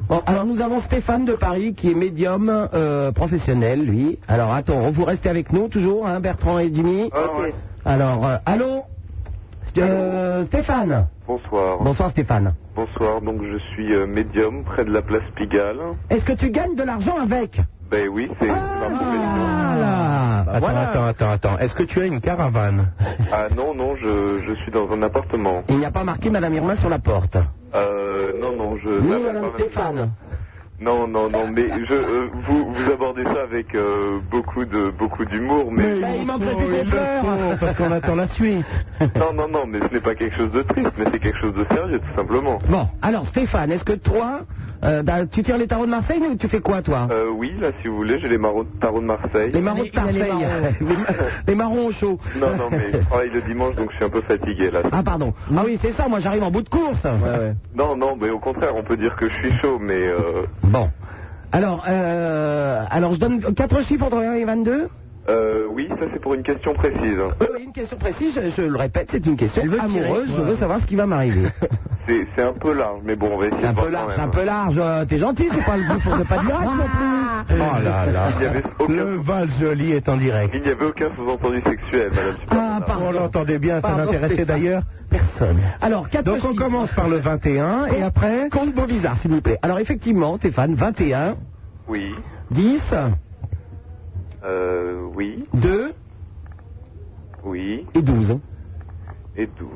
Bon, alors nous avons Stéphane de Paris qui est médium euh, professionnel, lui. Alors attends, vous restez avec nous toujours, hein, Bertrand et Jimmy. Ok. Alors, euh, allô Euh, Stéphane Bonsoir. Bonsoir Stéphane. Bonsoir, donc je suis euh, médium près de la place Pigalle. Est-ce que tu gagnes de l'argent avec Ben oui, c'est c'est ma profession. Voilà. Attends, attends, attends, attends. Est-ce que tu as une caravane Ah non, non, je, je suis dans un appartement. Il n'y a pas marqué Madame Irma sur la porte. Euh, non, non, je... Ni n'avais Madame pas- Stéphane. Non, non, non, mais je, euh, vous, vous abordez ça avec euh, beaucoup de beaucoup d'humour, mais... Bah, il manquerait plus qu'on pleure. Parce qu'on attend la suite. Non, non, non, mais ce n'est pas quelque chose de triste, mais c'est quelque chose de sérieux, tout simplement. Bon, alors Stéphane, est-ce que toi, euh, da- tu tires les tarots de Marseille ou tu fais quoi toi Euh, oui, là, si vous voulez, j'ai les marauds de tarots de Marseille. Les marrons de Marseille. Les, ma- les marrons au chaud. Non, non, mais je travaille le dimanche, donc je suis un peu fatigué, là. Ah pardon. Ah oui, c'est ça, moi j'arrive en bout de course. Non, non, mais au contraire, on peut dire que je suis chaud, mais... Euh, Bon. Alors, euh, alors je donne quatre chiffres entre 1 et 22. euh, oui, ça, c'est pour une question précise. hein. Euh, oui, une question précise, je, je le répète, c'est une question amoureuse, je veux savoir ce qui va m'arriver. C'est c'est un peu large, mais bon, on va essayer C'est un de voir peu quand large, c'est même. un peu large. euh, T'es gentil, c'est pas le but pour ne pas de miracle non plus. Oh là là. Il n'y avait Le aucun, Val Joli est en direct. il n'y avait aucun sous-entendu sexuel, madame Ah, Superman. On pardon. l'entendait bien, ça Pardon, n'intéressait Stéphane. d'ailleurs personne. Alors, quatre Donc on chiffres. commence par le 21 et après Compte beau bizarre, s'il vous plaît. Alors, effectivement, Stéphane, 21, Oui, 10, euh, oui, 2 oui, et 12. et 12.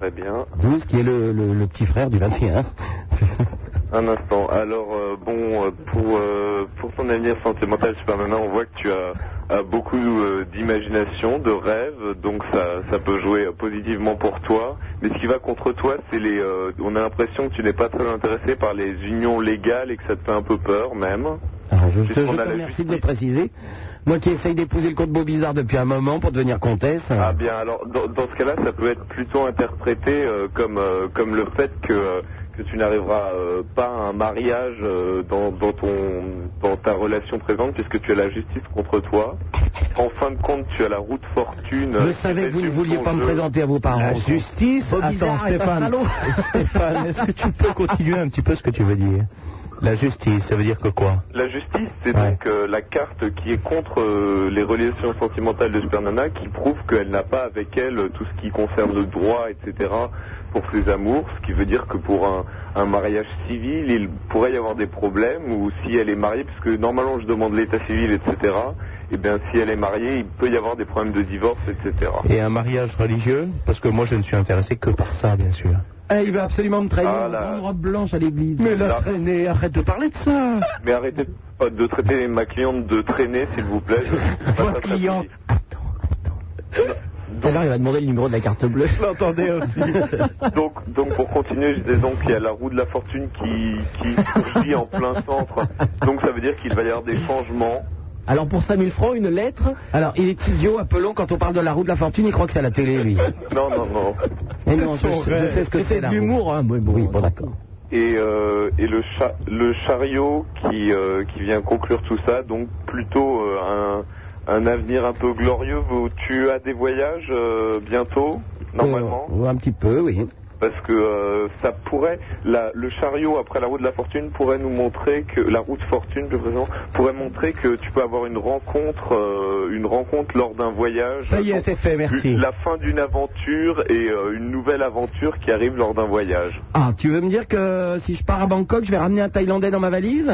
Très bien. 12 qui est le, le- le petit frère du 21. Un instant. Alors, euh, bon, euh, pour, euh, pour ton avenir sentimental, Superman, on voit que tu as, as beaucoup euh, d'imagination, de rêves, donc ça, ça peut jouer euh, positivement pour toi. Mais ce qui va contre toi, c'est les. euh, on a l'impression que tu n'es pas très intéressé par les unions légales et que ça te fait un peu peur, même. Alors, je, Puisqu'on te- je a te la remercie de justice. le préciser. Moi qui essaye d'épouser le comte beau bizarre depuis un moment pour devenir comtesse. Ah bien, alors dans, dans ce cas-là, ça peut être plutôt interprété euh, comme euh, comme le fait que euh, que tu n'arriveras euh, pas à un mariage euh, dans, dans ton, dans ta relation présente puisque tu as la justice contre toi. En fin de compte, tu as la route fortune. Je savais que vous ne vouliez pas me présenter à vos parents. La justice Bob Attends, Bizarre est un Stéphane. salaud. Stéphane, est-ce que tu peux continuer un petit peu ce que tu veux dire La justice, ça veut dire que quoi La justice, c'est donc euh, la carte qui est contre euh, les relations sentimentales de Supernana, qui prouve qu'elle n'a pas avec elle euh, tout ce qui concerne le droit, etc., pour ses amours, ce qui veut dire que pour un, un mariage civil, il pourrait y avoir des problèmes, ou si elle est mariée, puisque normalement je demande l'état civil, etc., et eh bien si elle est mariée, il peut y avoir des problèmes de divorce, etc. Et un mariage religieux Parce que moi, je ne suis intéressé que par ça, bien sûr. Eh, il veut absolument me Ah, trahir une robe blanche à l'église. Mais la traînée, arrête de parler de ça. Mais arrêtez pas de traiter ma cliente de traîner, s'il vous plaît. Je- Votre client. Tout à l'heure, il va demander le numéro de la carte bleue. Je l'entendais aussi. donc, donc pour continuer, je disais donc qu'il y a la roue de la fortune qui, qui surgit en plein centre. Donc ça veut dire qu'il va y avoir des changements. Alors pour 5000 francs, une lettre. Alors, il est idiot, Apollon, quand on parle de la roue de la fortune, il croit que c'est à la télé, lui. Non, non, non. Mais non, je, je sais ce que c'est là. l'humour, hein. Oui, bon, d'accord. Et, euh, et le, cha- le chariot qui, euh, qui vient conclure tout ça, donc plutôt euh, un, un avenir un peu glorieux. Vous- tu as des voyages euh, bientôt, normalement Euh, Un petit peu, oui. parce que euh, ça pourrait, la- le chariot après la roue de la fortune pourrait nous montrer que la roue de fortune plus précisément, pourrait montrer que tu peux avoir une rencontre, euh, une rencontre lors d'un voyage. Ça y est, Donc, c'est fait, merci. La fin d'une aventure et euh, une nouvelle aventure qui arrive lors d'un voyage. Ah, tu veux me dire que si je pars à Bangkok, je vais ramener un Thaïlandais dans ma valise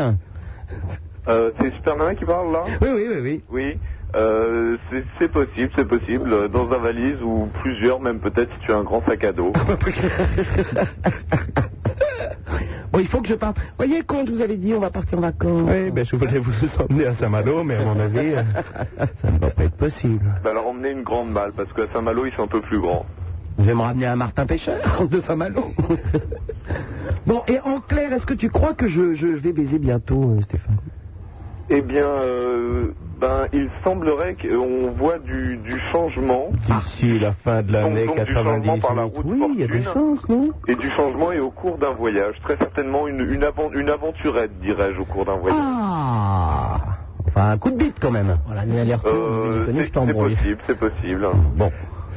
Euh, c'est Supernana qui parle là Oui, oui, oui, oui. Oui. Euh, c'est- c'est possible, c'est possible, euh, dans un valise ou plusieurs, même peut-être si tu as un grand sac à dos. Bon, il faut que je parte. Voyez, quand je vous avais dit, on va partir en vacances. Oui, ben, je voulais vous emmener à Saint-Malo, mais à mon avis, euh, ça ne va pas être possible. Bah, alors emmenez une grande balle, parce qu'à Saint-Malo, ils sont un peu plus grands. Je vais me ramener un Martin Pêcheur de Saint-Malo. bon, et en clair, est-ce que tu crois que je, je vais baiser bientôt, euh, Stéphane Eh bien, euh, ben, il semblerait qu'on voit du, du changement D'ici la fin de l'année Donc, donc, du changement 98, par la route oui, il y a des fortune. chances, non et du changement est au cours d'un voyage. Très certainement une, une, avan- une aventurette, dirais-je, au cours d'un voyage. Ah Enfin, un coup de bite quand même. Voilà, mais alerte, Euh, c'est c'est possible, c'est possible. Bon.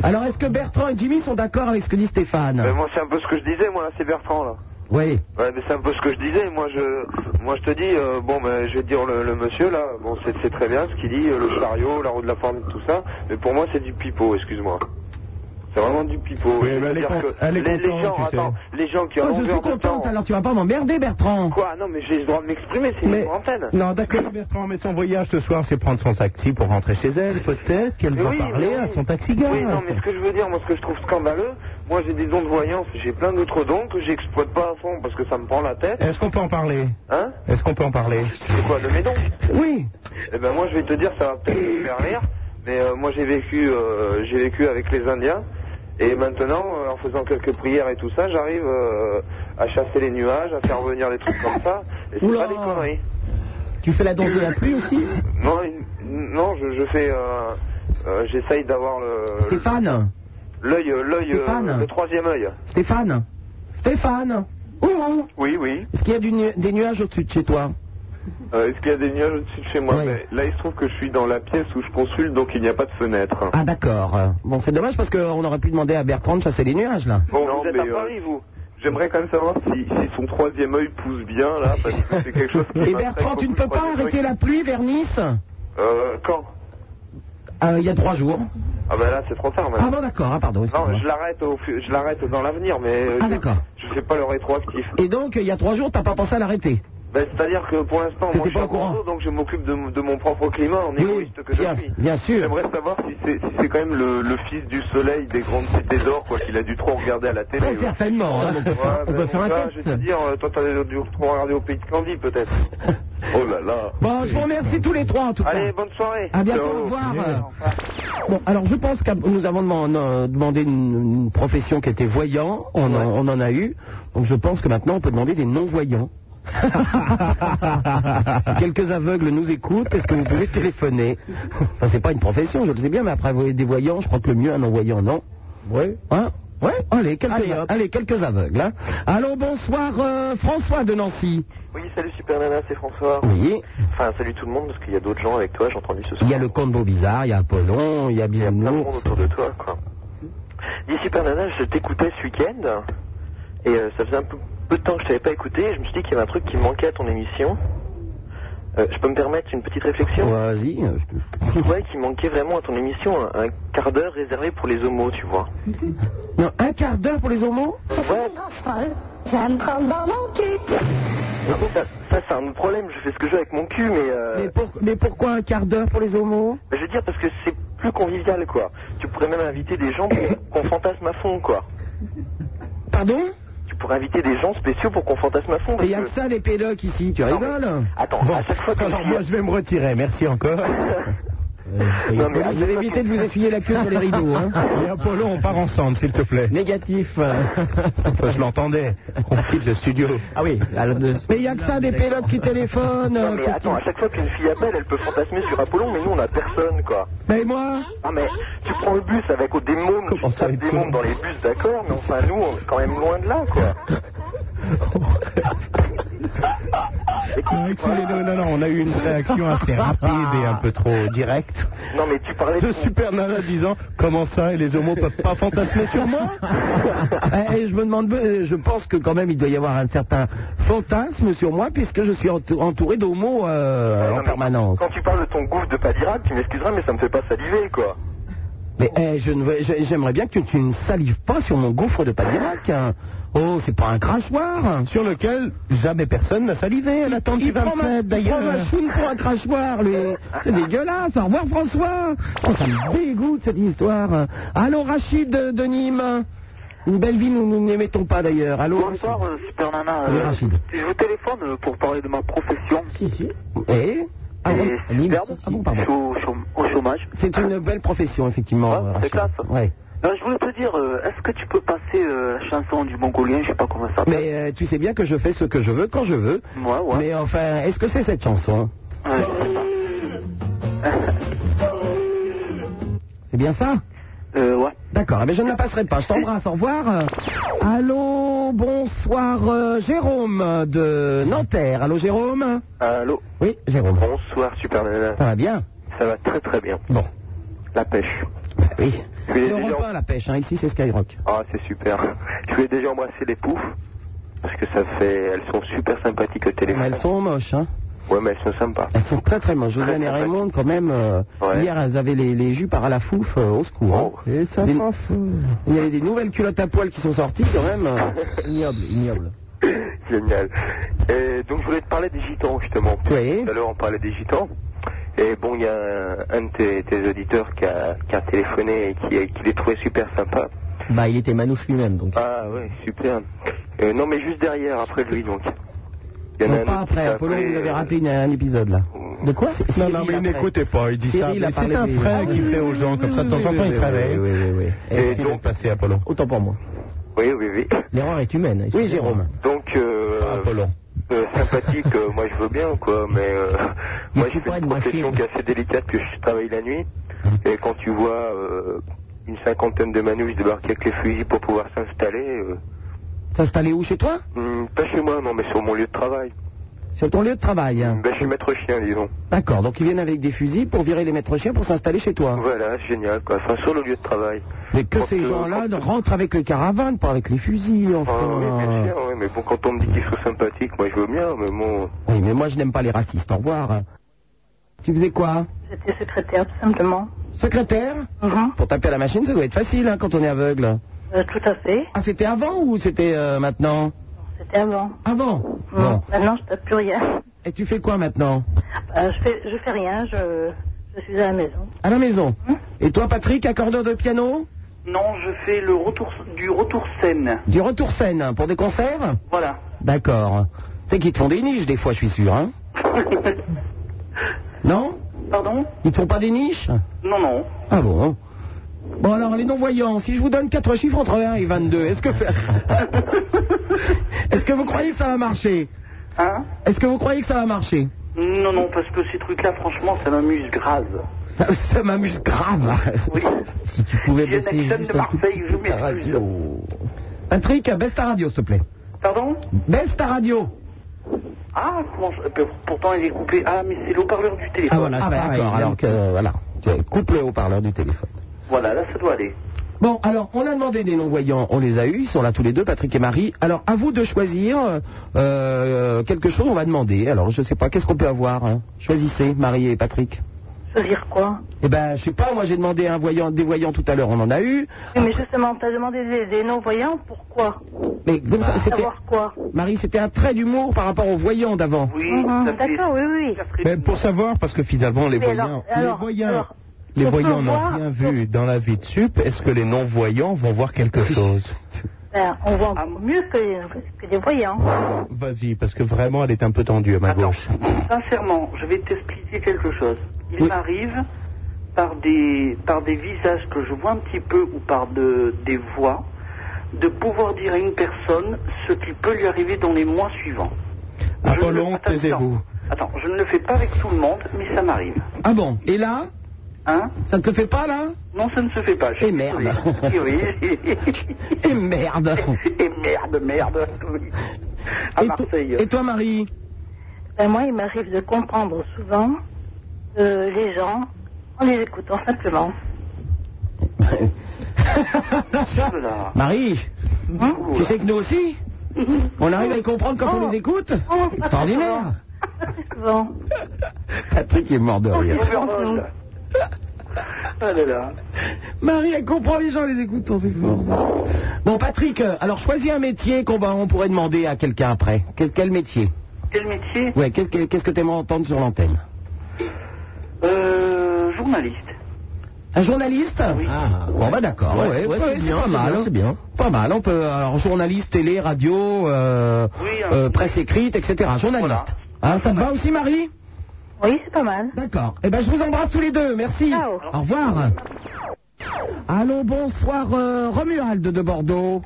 Alors, est-ce que Bertrand et Jimmy sont d'accord avec ce que dit Stéphane Mais moi, c'est un peu ce que je disais, moi, là, c'est Bertrand, là. Oui. Ouais, mais c'est un peu ce que je disais. Moi, je, moi, je te dis, euh, bon, ben, je vais te dire le, le monsieur là. Bon, c'est c'est très bien ce qu'il dit, euh, le chariot, la roue de la forme, tout ça. Mais pour moi, c'est du pipeau. Excuse-moi. C'est vraiment du pipeau. Oui, Je mais veux elle est dire con- que elle est les, les contente, gens, tu sais. attends, les gens qui Oh, ont je suis longueur de temps. contente, alors tu vas pas m'emmerder, Bertrand. Quoi Non, mais j'ai le droit de m'exprimer. C'est Mais- une antenne. Non, d'accord, Bertrand, mais son voyage ce soir, c'est prendre son taxi pour rentrer chez elle, peut-être qu'elle Mais va oui, parler mais à hein, oui. son taxi-gars. Oui, non, mais ce que je veux dire, moi, ce que je trouve scandaleux, moi, j'ai des dons de voyance, j'ai plein d'autres dons que j'exploite pas à fond parce que ça me prend la tête. Est-ce qu'on peut en parler Hein Est-ce qu'on peut en parler C'est quoi, de mes dons Oui. Eh ben moi je vais te dire ça va peut-être te faire rire, mais euh, moi j'ai vécu euh, j'ai vécu avec les Indiens et maintenant euh, en faisant quelques prières et tout ça j'arrive euh, à chasser les nuages, à faire venir les trucs comme ça et c'est Oula. pas des conneries. Tu fais la danse de la pluie aussi Euh, Non une- non je, je fais euh, euh, j'essaye d'avoir le Stéphane l'œil euh, l'œil euh, Stéphane. le troisième œil. Stéphane Stéphane Ouh Oui oui. Est-ce qu'il y a du nu- des nuages au-dessus de chez toi Euh, Est-ce qu'il y a des nuages au-dessus de chez moi ben, Mais Là, il se trouve que je suis dans la pièce où je consulte, donc il n'y a pas de fenêtre. Ah d'accord. Bon, c'est dommage parce qu'on aurait pu demander à Bertrand de chasser les nuages là. Bon, vous euh, êtes à Paris, vous J'aimerais quand même savoir si, si son troisième œil pousse bien, là, parce que c'est quelque chose qui... Et m'intéresse Bertrand, Eh ben, tu ne beaucoup, peux le pas troisième arrêter œil. la pluie vers Nice Euh, quand Euh, Il y a trois jours. Ah ben là c'est trop tard Ah maintenant. bon d'accord, ah, pardon. non, excuse-moi. je l'arrête au fu- je l'arrête dans l'avenir mais euh, Ah je- d'accord. je fais pas le rétroactif. Et donc, il y a trois jours, t'as pas pensé à l'arrêter Ben, C'est-à-dire que pour l'instant, T'étais moi, je suis pas au à courant. Bordeaux, donc je m'occupe de, de mon propre climat en égoïste que bien, je suis. bien sûr. J'aimerais savoir si c'est si c'est quand même le, le fils du soleil des grandes cités d'or, quoi, qu'il a dû trop regarder à la télé. Très ouais. certainement. hein. Ouais, on ben, peut faire mon un gars, Je vais te test. dire, euh, toi, t'as dû trop regarder au pays de Candy, peut-être. Oh là là Bon, je vous remercie tous les trois en tout cas. Allez, bonne soirée. À bientôt, Ciao. au revoir. Bon, alors je pense que nous avons deman- euh, demandé une, une profession qui était voyant, on, en- on en a eu, donc je pense que maintenant on peut demander des non-voyants. si quelques aveugles nous écoutent, est-ce que vous pouvez téléphoner Enfin, c'est pas une profession, je le sais bien, mais après vous avez des voyants, je crois que le mieux un non-voyant, non Oui. Hein Ouais Allez, quelques, allez, quelques aveugles. hein. Allô, bonsoir, euh, François de Nancy. Oui, salut Super Nana, c'est François. Oui. Enfin, salut tout le monde, parce qu'il y a d'autres gens avec toi, j'ai entendu ce soir. Il y a le combo bizarre, il y a Apollon, il y a Bisounours. autour de toi, quoi. Dis Super Nana, je t'écoutais ce week-end, et euh, ça faisait un peu, peu de temps que je t'avais pas écouté, et je me suis dit qu'il y avait un truc qui manquait à ton émission. Euh, je peux me permettre une petite réflexion Vas-y. euh, je te- Ouais, qui manquait vraiment à ton émission, un, un quart d'heure réservé pour les homos, tu vois. Non, un quart d'heure pour les homos Ouais. Ça me prendre dans mon cul. Non, ça, ça, c'est un autre problème, je fais ce que je veux avec mon cul, mais... euh, mais, pour- mais pourquoi un quart d'heure pour les homos Je veux dire, parce que c'est plus convivial, quoi. Tu pourrais même inviter des gens pour qu'on fantasme à fond, quoi. Pardon Tu pourrais inviter des gens spéciaux pour qu'on fantasme à fond. Il n'y a que ça, les pédocs ici, tu rigoles Attends, à chaque fois que alors je- moi, je vais me retirer, merci encore. Non, mais à vous chaque fois évitez que- de vous essuyer la queue sur les rideaux. Hein. Euh, Et Apollo, on part ensemble, s'il te plaît. Négatif. Ah je l'entendais. On quitte le studio. Ah oui. Mais il n'y a que ça, des pédocs qui téléphonent. Non, euh, mais qu'est-ce attends, à chaque fois qu'une fille appelle, elle peut fantasmer sur Apollon, mais nous, on a personne, quoi. Mais Ben, moi Ah, mais tu prends le bus avec des mômes, tu tapes des mômes dans les bus, d'accord, mais enfin, nous, on est quand même loin de là, quoi. Excusez- Non, non, non, on a eu une réaction assez rapide et un peu trop directe. Non, mais tu parlais de Super Nana disant Comment ça, et les homos peuvent pas fantasmer sur moi Eh, eh, je me demande, euh, je pense que quand même il doit y avoir un certain fantasme sur moi puisque je suis entou- entouré d'homos euh, en permanence. Quand tu parles de ton gouffre de Padirade, tu m'excuseras, mais ça me fait pas saliver, quoi. Mais eh, je ne veux- je- j'aimerais bien que tu, tu ne salives pas sur mon gouffre de Padirac. hein. Oh, c'est pas un crachoir hein. Sur lequel jamais personne n'a salivé. Elle attend du 27, d'ailleurs. Il prend ma choune pour un crachoir, lui. C'est dégueulasse. Au revoir, François. Oh, ça me dégoûte, cette histoire. Allô, Rachid de, de Nîmes. Une belle vie, nous nous n'émettons pas, d'ailleurs. Allô Bonsoir, euh, Super Nana. Salut, Euh, Rachid. je vous téléphone euh, pour parler de ma profession. Si, si. Et Ah bon, Nîmes, si, si. Je suis au, chôme- au chômage. C'est une belle profession, effectivement. Ouais, Ah, c'est Rachid. classe. Ouais. Euh, je voulais te dire, euh, est-ce que tu peux passer euh, la chanson du Mongolien Je sais pas comment ça s'appelle. Mais euh, tu sais bien que je fais ce que je veux quand je veux. Ouais, ouais. Euh, Mais enfin, est-ce que c'est cette chanson C'est bien ça Euh, ouais. D'accord, mais je ne la passerai pas. Je t'embrasse, au revoir. Allô, bonsoir, euh, Jérôme de Nanterre. Allô, Jérôme Allô Oui, Jérôme. Bonsoir, Super Nana. Ça va bien Ça va très très bien. Bon. La pêche. Ben Oui. Je voulais C'est déjà- Europe 1, la pêche, hein. ici c'est Skyrock. Ah, c'est super. Je voulais déjà embrasser les poufs. Parce que ça fait. Elles sont super sympathiques au téléphone. Mais elles sont moches, hein. Ouais, mais elles sont sympas. Elles sont très très moches. Josiane et Raymond, quand même, euh, Ouais. hier elles avaient les, les jupes par à la fouf, euh, au secours. hein. Et ça Des- s'en fout. Il y avait des nouvelles culottes à poil qui sont sorties quand même. ignoble, ignoble. Génial. Et donc, je voulais te parler des gitans, justement. Oui. Tout à l'heure, on parlait des gitans. Et bon, il y a un, un de tes, tes auditeurs qui a, qui a téléphoné et qui, qui les trouvait super sympas. Bah, il était manouche lui-même, donc. Ah, ouais, super. Euh, non, mais juste derrière, après lui, donc. Il y en a Non, un pas autre qui euh, après, t'a Apollo, appelé, vous avez raté une- un épisode là. De quoi Non, non, mais il n'écoutait pas, il dit ça. Mais c'est un frère Ah, qui fait aux gens comme ça, de temps en temps, il se réveille. Oui, oui, oui. Et donc, passer Apollo. Autant pour moi. Oui, oui, oui. L'erreur est humaine. Oui, Jérôme. Donc, euh, euh, sympathique, euh, moi je veux bien, quoi, mais euh, moi je fais une Hum. profession qui est assez délicate, que je travaille la nuit, et quand tu vois euh, une cinquantaine de manouches débarquer avec les fusils pour pouvoir s'installer, euh, Ça s'est allé où chez toi Hmm, hum, pas chez moi, non, mais sur mon lieu de travail, Sur ton lieu de travail. hein. ben, chez Maître Chien, disons. D'accord, donc ils viennent avec des fusils pour virer les maîtres chiens pour s'installer chez toi. Voilà, c'est génial, quoi, enfin sur le lieu de travail. Mais que Quand, ces euh, gens-là rentrent avec le caravane, pas avec les fusils, Ah, oui, bien enfin. sûr, oui, mais bon, quand on me dit qu'ils sont sympathiques, moi je veux bien, mais bon... Oui, mais moi je n'aime pas les racistes. Au revoir. Tu faisais quoi J'étais secrétaire, tout simplement. Secrétaire Mhm. Pour taper à la machine, ça doit être facile hein, quand on est aveugle. Euh, tout à fait, Ah, c'était avant ou c'était euh, maintenant c'était avant. Avant Bon. Euh, Maintenant, je tape plus rien. Et tu fais quoi maintenant Euh, je, fais, je fais rien, je, je suis à la maison. À la maison. Et toi, Patrick, accordeur de piano Non, je fais le retour du retour scène. Du retour scène hein, pour des concerts Voilà. D'accord. C'est qu'ils te font des niches des fois, je suis sûr, hein Non Pardon Ils te font pas des niches Non, non. Ah bon Bon alors, les non-voyants, si je vous donne quatre chiffres entre 1 et 22, est-ce que... Est-ce que vous croyez que ça va marcher Hein Est-ce que vous croyez que ça va marcher Non, non, parce que ces trucs-là, franchement, ça m'amuse grave. Ça, ça m'amuse grave. si tu pouvais J'ai un baisser accent juste un de tout Marseille, petit je peu ta radio. Patrick, euh, baisse ta radio, s'il te plaît. Pardon Baisse ta radio. Ah, comment je- euh, pourtant il est coupé. Ah, mais c'est l'eau-parleur du téléphone. Ah, ben, d'accord. Alors que, euh, voilà, tu coupe le haut-parleur du téléphone. Voilà, là, ça doit aller. Bon, alors, on a demandé des non-voyants, on les a eus, ils sont là tous les deux, Patrick et Marie. Alors, à vous de choisir euh, euh, quelque chose, on va demander. Alors, je sais pas, qu'est-ce qu'on peut avoir hein Choisissez, Marie et Patrick. Choisir quoi Eh ben, je sais pas, moi j'ai demandé un voyant, des voyants tout à l'heure, on en a eu. Oui, mais justement, t'as demandé des, des non-voyants, pourquoi Mais comme Ah, ça, c'était. Savoir quoi Marie, c'était un trait d'humour par rapport aux voyants d'avant. Mhm, D'accord, oui, oui. Mais pour savoir, parce que finalement, les Mais alors, voyants, les alors, voyants, alors, les on peut voyants n'ont voir- rien vu dans la vie de sup. Est-ce que les non-voyants vont voir quelque chose Ben, on voit encore mieux que, que des voyants. Vas-y, parce que vraiment, elle est un peu tendue à ma gauche. Sincèrement, je vais t'expliquer quelque chose. Il m'arrive par des, par des visages que je vois un petit peu ou par de, des voix de pouvoir dire à une personne ce qui peut lui arriver dans les mois suivants. Apollon, taisez-vous. Attends, je ne le fais pas avec tout le monde, mais ça m'arrive. Ah bon Et là Hein Ça ne te fait pas, là Non, ça ne se fait pas. Et merde Oui, oui. Et Eh merde Et merde, merde. oui. À Marseille. Et toi, Marie Ben, moi, il m'arrive de comprendre souvent euh, les gens en les écoutant simplement. Marie Hein Tu sais que nous aussi On arrive à les comprendre quand Oh. Oh. on les écoute Extraordinaire Bon. Patrick est mort de rire. Marie, elle comprend les gens, les écoute, on s'efforce. hein. Bon, Patrick, euh, alors choisis un métier qu'on va- on pourrait demander à quelqu'un après. Qu'est- quel métier Quel métier Ouais, qu'est-ce que qu'est-ce que t'aimerais entendre sur l'antenne Euh, journaliste. Un journaliste Ah, bon, bah d'accord. Ouais, Ouais, ouais, ouais, c'est c'est bien, pas c'est mal. bien, hein. c'est bien. Pas mal. On peut, alors, journaliste, télé, radio, euh, euh, presse écrite, etc. Journaliste. Hein, ça te va aussi, Marie Oui, c'est pas mal. D'accord. Eh ben, je vous embrasse tous les deux. Merci. Ciao. Au revoir. Allô, bonsoir, euh, Romuald de Bordeaux.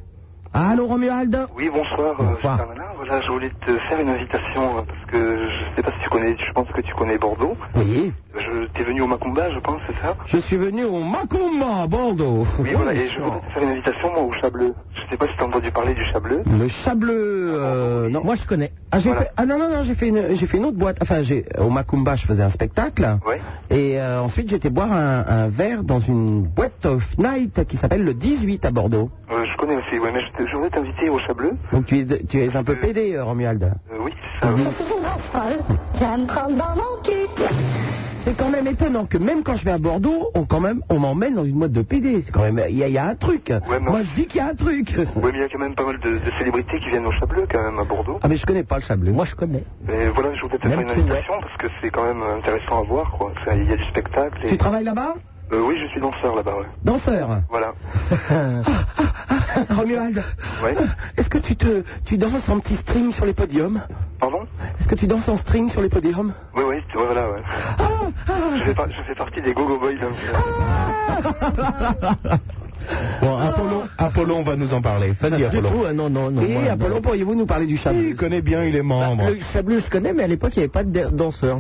Allô, Romuald Oui, bonsoir, euh, Supermanin. Voilà, je voulais te faire une invitation euh, parce que je sais pas si tu connais, je pense que tu connais Bordeaux. Oui. Je t'es venu au Macumba, je pense, c'est ça Je suis venu au Macumba, à Bordeaux. Oui, voilà, et je voulais te faire une invitation, moi, au Chat Bleu. Je sais pas si t'as entendu parler du Chat Bleu. Le chat Ah, bleu, euh, non. Moi, je connais. Ah, j'ai fait- ah, non, non, non, j'ai fait, une... j'ai fait une autre boîte. Enfin, j'ai... au Macumba, je faisais un spectacle. Et euh, ensuite, j'étais boire un, un verre dans une boîte of night qui s'appelle le 18 à Bordeaux. Euh, je connais aussi, ouais, mais je, te- je voulais t'inviter au Chat Bleu. Donc, tu es, tu es un peu pédé, euh, Romuald. oui, Mhm. J'aime prendre dans mon cul. Mmh. C'est quand même étonnant que même quand je vais à Bordeaux, on, quand même, on m'emmène dans une boîte de PD. C'est quand même, il y, a- il y a un truc. Moi, je dis qu'il y a un truc. Oui, mais il y a quand même pas mal de, de célébrités qui viennent au Chat Bleu, quand même, à Bordeaux. Ah, mais je connais pas le chat bleu. Moi, je connais. Mais voilà, je voulais te faire une invitation parce que c'est quand même intéressant à voir, quoi. C'est- Il y a du spectacle. Et... Tu travailles là-bas Euh, oui, je suis danseur là-bas, ouais. Danseur. Voilà. Romuald, Ouais. est-ce que tu te, tu danses en petit string sur les podiums Pardon Est-ce que tu danses en string sur les podiums Oui, oui, tu- ouais, voilà, ouais. Ah, Je fais, par- je fais partie des Go-Go Boys. hein. Bon, Apollon, Apollon va nous en parler. Vas-y, Apollon. ah, non, non, non. Et Et Apollon, Apollon, pourriez-vous nous parler du chat bleu Il connaît bien, il est membre. Bah, Le Chableux, je connais, mais à l'époque, il n'y avait pas de da- danseur.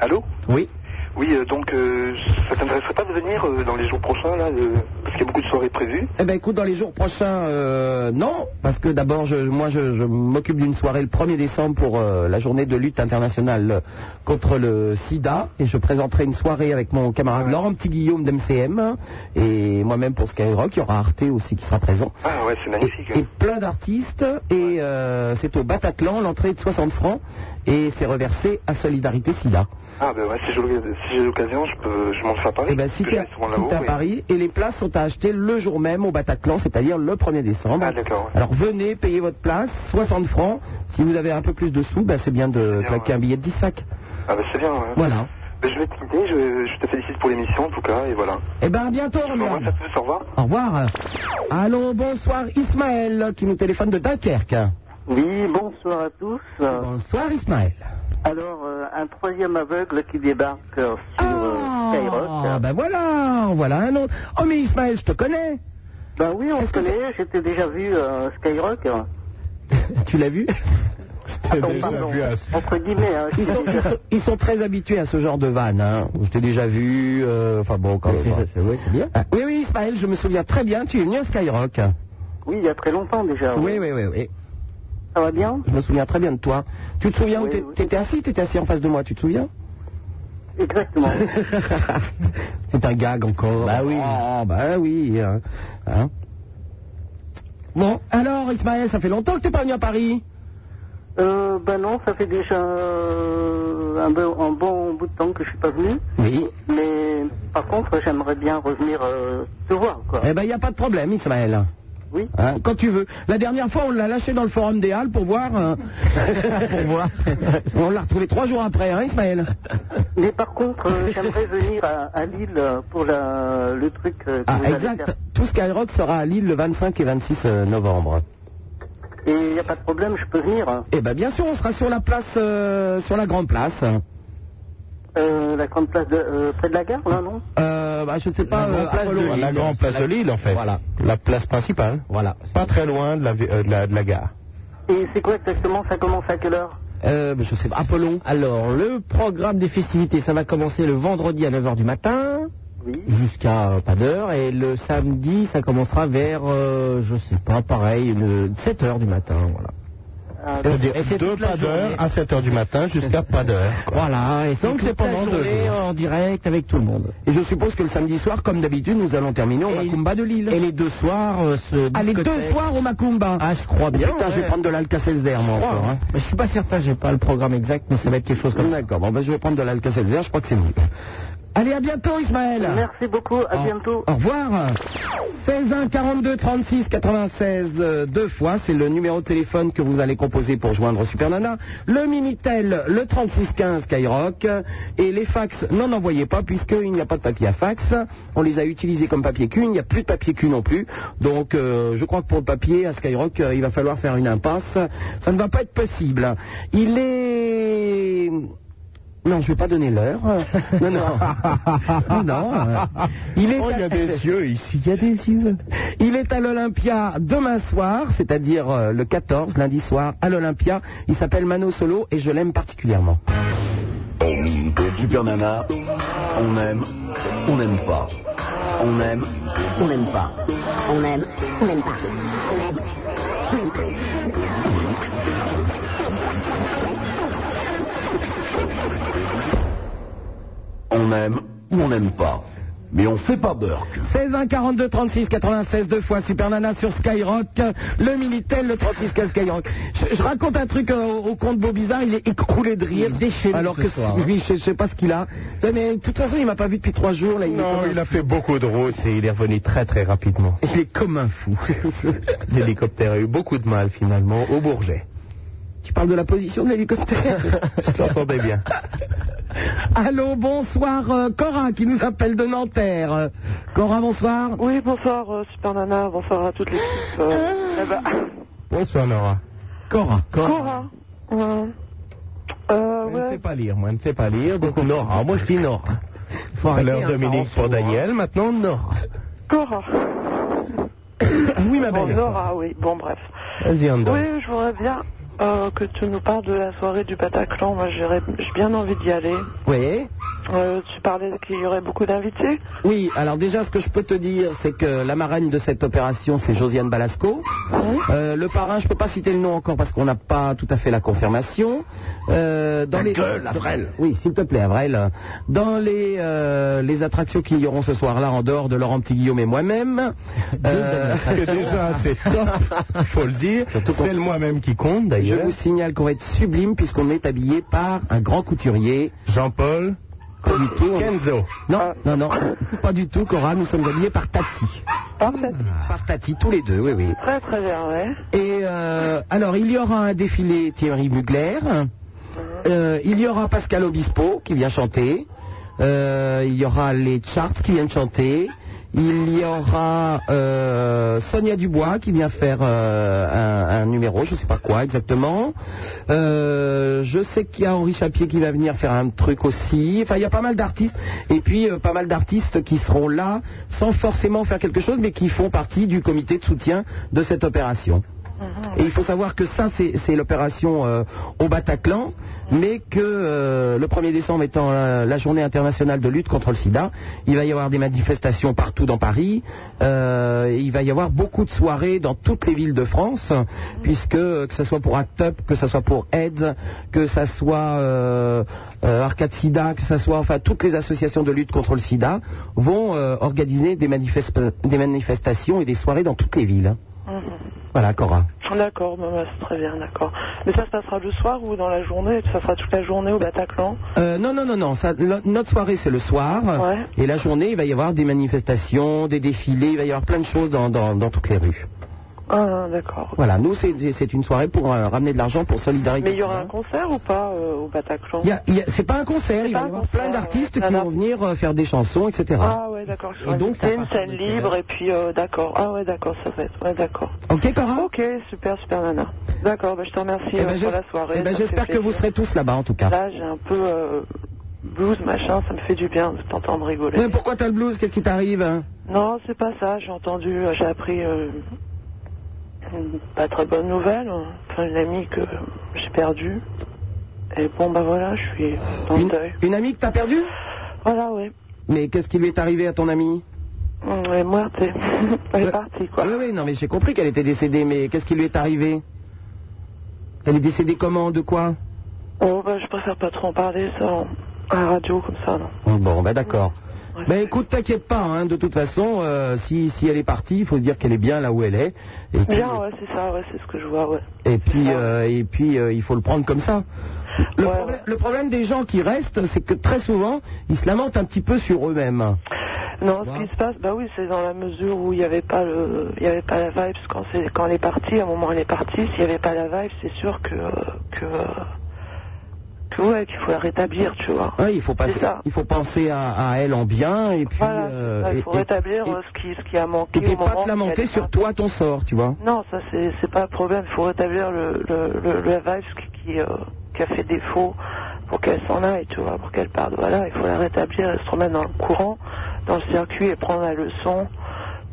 Allô Oui. Oui, euh, donc euh, ça t'intéresserait pas de venir euh, dans les jours prochains, là, euh, parce qu'il y a beaucoup de soirées prévues. Eh ben écoute, dans les jours prochains, euh, non, parce que d'abord, je, moi, je, je m'occupe d'une soirée le 1er décembre pour euh, la journée de lutte internationale contre le SIDA, et je présenterai une soirée avec mon camarade Laurent Petit Guillaume d'MCM et moi-même pour Skyrock. Il y aura Arte aussi qui sera présent. Ah ouais, c'est magnifique. Et plein d'artistes, et euh, c'est au Bataclan, l'entrée est de 60 francs, et c'est reversé à Solidarité SIDA. Ah ben ouais, si j'ai l'oc- si j'ai l'occasion, je peux, je monte ça à Paris. Eh ben, si parce tu que es je vais souvent là-haut, à mais- Paris, et les places sont à acheter le jour même au Bataclan, c'est-à-dire le 1er décembre. Ah, Alors venez, payez votre place, 60 francs. Si vous avez un peu plus de sous, ben, c'est bien de claquer un billet de 10 sacs. Ah ben c'est bien. ouais. Voilà. Ben, je vais te quitter, je, je te félicite pour l'émission en tout cas, et voilà. Eh ben à bientôt, Romuald. Au revoir. Au revoir. Allons, bonsoir Ismaël, qui nous téléphone de Dunkerque. Oui, bonsoir à tous. Bonsoir Ismaël. Alors, euh, un troisième aveugle qui débarque euh, sur euh, Skyrock. Ah ben voilà, en voilà un autre. Oh mais Ismaël, je te connais. Ben oui, on se connaît, j'étais déjà vu euh, Skyrock. Tu l'as vu Attends, pardon. Entre guillemets, hein, Ils sont, ils sont- ils sont très habitués à ce genre de vannes. Hein. Je t'ai déjà vu. euh, Enfin bon, quand même. Oui, c'est bien. Ah, oui, oui, Ismaël, je me souviens très bien. Tu es venu à Skyrock. Oui, il y a très longtemps déjà. Oui, oui, oui, oui. Ça va bien Je me souviens très bien de toi. Tu te souviens où t'é- t'étais assis T'étais assis en face de moi, tu te souviens Exactement. C'est un gag encore. Bah oui. Ah, bah oui. hein. Hein. bon, alors Ismaël, ça fait longtemps que t'es pas venu à Paris Euh, ben non, ça fait déjà euh, un, bon- un bon bout de temps que je suis pas venu. Oui. Mais par contre, j'aimerais bien revenir euh, te voir, quoi. Eh ben, il n'y a pas de problème, Ismaël. Oui. Hein, quand tu veux. La dernière fois, on l'a lâché dans le forum des Halles pour voir. euh, pour voir. On l'a retrouvé trois jours après, hein, Ismaël Mais par contre, euh, j'aimerais venir à, à Lille euh, pour la, le truc. euh, que Ah, vous allez exact. faire. Tout Skyrock sera à Lille le 25 et 26 euh, novembre. Et il n'y a pas de problème, je peux venir. hein. Eh ben, bien sûr, on sera sur la place, euh, sur la grande place. Euh, la grande place de, euh, près de la gare, là, non Euh, bah, je ne sais pas. euh, Apollo, La, Lille. grande place de Lille, en fait. Voilà. La place principale. Voilà. Pas très loin de la, vi- euh, de la, de la gare. Et c'est quoi exactement Ça commence à quelle heure Euh, je sais pas. Apollon. Alors, le programme des festivités, ça va commencer le vendredi à 9h du matin. Jusqu'à euh, pas d'heure. Et le samedi, ça commencera vers, euh, je sais pas, pareil, 7h du matin. Voilà. C'est-à-dire Et c'est de toute la pas d'heure journée. à 7 heures du matin jusqu'à pas d'heure. Voilà, et Donc, donc c'est c'est pendant pendant deux journée jours. en direct avec tout le monde. Et je suppose que le samedi soir, comme d'habitude, nous allons terminer au Macumba de Lille. Et les deux soirs, euh, ce Ah, les deux discothèque- soirs au Macumba. Ah, je crois bien. Putain, je vais ouais. prendre de l'Alka-Seltzer, moi, Je crois. encore. hein. Mais je suis pas certain, j'ai pas le programme exact, mais ça va être quelque chose comme ça. D'accord, bon, ben, je vais prendre de l'Alka-Seltzer, je crois que c'est mieux. Allez, à bientôt, Ismaël. Merci beaucoup, à Au- bientôt. Au revoir. 16 1 42 36 96 euh, deux fois, c'est le numéro de téléphone que vous allez composer pour joindre Super Nana. Le Minitel, le 36 15 Skyrock. Et les fax, n'en envoyez pas puisqu'il n'y a pas de papier à fax. On les a utilisés comme papier cul, il n'y a plus de papier cul non plus. Donc euh, je crois que pour le papier à Skyrock, euh, il va falloir faire une impasse. Ça ne va pas être possible. Il est... Non, je ne vais pas donner l'heure. Non, non. non. Il est Oh, il y a des yeux ici, il y a des yeux. Il est à l'Olympia demain soir, c'est-à-dire euh, le 14, lundi soir, à l'Olympia. Il s'appelle Mano Solo et je l'aime particulièrement. Super Nana, on aime, on n'aime pas. On aime, on n'aime pas. On aime, on n'aime pas. On aime ou on n'aime pas. Mais on fait pas beurre. 16 1 42 36 96 deux fois Super Nana sur Skyrock, le Minitel, le 36 15 Skyrock. Je, je raconte un truc euh, au compte Beau Bizarre, il est écroulé de rire. alors ce que soir, hein. oui, je, je sais pas ce qu'il a. Mais de toute façon, il m'a pas vu depuis trois jours là. Il est Non, comme un- il a fait beaucoup de routes et il est revenu très très rapidement. il est comme un fou. L'hélicoptère a eu beaucoup de mal finalement au Bourget. tu parles de la position de l'hélicoptère. Je t'entendais bien. Allô, bonsoir, euh, Cora qui nous appelle de Nanterre. Euh, Cora, bonsoir. Oui, bonsoir euh, Super Nana, bonsoir à toutes les Euh, eh ben, Bonsoir Nora. Cora. Cora. Ouais. Euh, Je ne ouais. sais pas lire, moi je ne sais pas lire, donc Nora. Moi je dis Nora. Faut Tout à arrêter, l'heure hein, Dominique ça pour Daniel, maintenant Nora. Cora. Oui, ma Bon, belle. Nora, oui, bon, bref. Vas-y Andor. Oui, je voudrais bien euh, que tu nous parles de la soirée du Bataclan. Moi, j'irais- j'ai bien envie d'y aller. Oui. Euh, tu parlais qu'il y aurait beaucoup d'invités. Oui, alors déjà, ce que je peux te dire, c'est que la marraine de cette opération, c'est Josiane Balasco. Euh, le parrain, je peux pas citer le nom encore parce qu'on n'a pas tout à fait la confirmation. Euh, dans Ta les... gueule, Avrel. Oui, s'il te plaît, Avrel. Dans les, euh, les attractions qu'il y auront ce soir-là, en dehors de Laurent Petit Guillaume et moi-même. euh, que déjà c'est top, faut le dire. C'est le moi-même qui compte Je d'ailleurs. vous signale qu'on va être sublime puisqu'on est habillé par un grand couturier. Jean-Paul Pas du tout. Kenzo. Non, non, non, pas du tout, Cora. Nous sommes habillés par Tati. Parfait. Par Tati, tous les deux, oui, oui. Très, très bien, ouais. Et euh, alors, il y aura un défilé Thierry Mugler. Euh, il y aura Pascal Obispo qui vient chanter. Euh, il y aura les Charts qui viennent chanter. Il y aura euh, Sonia Dubois qui vient faire euh, un, un numéro, je ne sais pas quoi exactement. Euh, je sais qu'il y a Henri Chapier qui va venir faire un truc aussi. Enfin, il y a pas mal d'artistes. Et puis, euh, pas mal d'artistes qui seront là sans forcément faire quelque chose, mais qui font partie du comité de soutien de cette opération. Et il faut savoir que ça, c'est c'est l'opération euh, au Bataclan, mais que euh, le 1er décembre étant euh, la, la journée internationale de lutte contre le sida, il va y avoir des manifestations partout dans Paris, euh, et il va y avoir beaucoup de soirées dans toutes les villes de France, puisque euh, que ce soit pour Act Up, que ce soit pour AIDS, que ce soit euh, euh, Arcade Sida, que ce soit enfin toutes les associations de lutte contre le sida, vont euh, organiser des, manifes- des manifestations et des soirées dans toutes les villes. Voilà, Cora. D'accord, bah, bah, c'est très bien, d'accord. Mais ça se passera le soir ou dans la journée Ça sera toute la journée au Bataclan Euh, non, non, non, non. ça- lo- notre soirée, c'est le soir. Et la journée, il va y avoir des manifestations, des défilés, il va y avoir plein de choses dans, dans- dans toutes les rues. Ah, d'accord. Voilà, nous, c'est c'est une soirée pour euh, ramener de l'argent pour Solidarité. Mais il y Mmh. aura un concert ou pas euh, au Bataclan Il y a- il y a- c'est pas un concert, il va y avoir plein d'artistes qui vont venir euh, faire des chansons, etc. Ah ouais, d'accord. Et donc, ça c'est une part sur scène le libre et puis euh, d'accord. Ah ouais, d'accord, ça va être. Ouais, d'accord. Ok, Cora Ok, super, super nana. D'accord, bah, je te remercie Eh ben, euh, j'es- pour la soirée. eh ben, ça me J'espère fait que vous plaisir. serez tous là-bas, en tout cas. Là, j'ai un peu euh, blues, machin, ça me fait du bien de t'entendre rigoler. Mais pourquoi t'as le blues Qu'est-ce qui t'arrive hein Non, c'est pas ça, j'ai entendu, euh, j'ai appris euh, une pas très bonne nouvelle, euh, enfin une amie que j'ai perdue. Et bon, bah voilà, je suis dans le deuil. Une amie que t'as perdue Voilà, oui. Mais qu'est-ce qui lui est arrivé à ton amie Elle est morte. Elle est partie, quoi. Oui, oui, non, mais j'ai compris qu'elle était décédée, mais qu'est-ce qui lui est arrivé Elle est décédée comment De quoi Oh, bah je préfère pas trop en parler, ça, en- à la radio, comme ça, non. Bon, ben d'accord. Ben écoute, t'inquiète pas, hein, de toute façon, euh, si, si elle est partie, il faut se dire qu'elle est bien là où elle est. Et puis, Bien, Ah ouais, c'est ça, ouais, c'est ce que je vois, ouais. et puis, euh, et puis euh, il faut le prendre comme ça. Le, problème, le problème des gens qui restent, c'est que très souvent, ils se lamentent un petit peu sur eux-mêmes. Non, ce qui se passe, bah oui, c'est dans la mesure où il n'y avait pas le, il y avait pas la vibe quand c'est, quand elle est partie, à un moment elle est partie, s'il n'y avait pas la vibe, c'est sûr que, euh, que, euh, que ouais, qu'il faut la rétablir, tu vois. Hein, il, faut passer- il faut penser à, à elle en bien, et puis... euh, il et- faut et- rétablir euh, ce qui, ce qui a manqué et puis au moment. pas te où elle lamenter est sur toi, ton sort, tu vois. partie. Non, ça c'est, c'est pas un problème, il faut rétablir le, le, le, la vibe qui, qui, euh, qui a fait défaut pour qu'elle s'en aille, tu vois, pour qu'elle parte. Voilà, il faut la rétablir, elle se remettre dans le courant, dans le circuit et prendre la leçon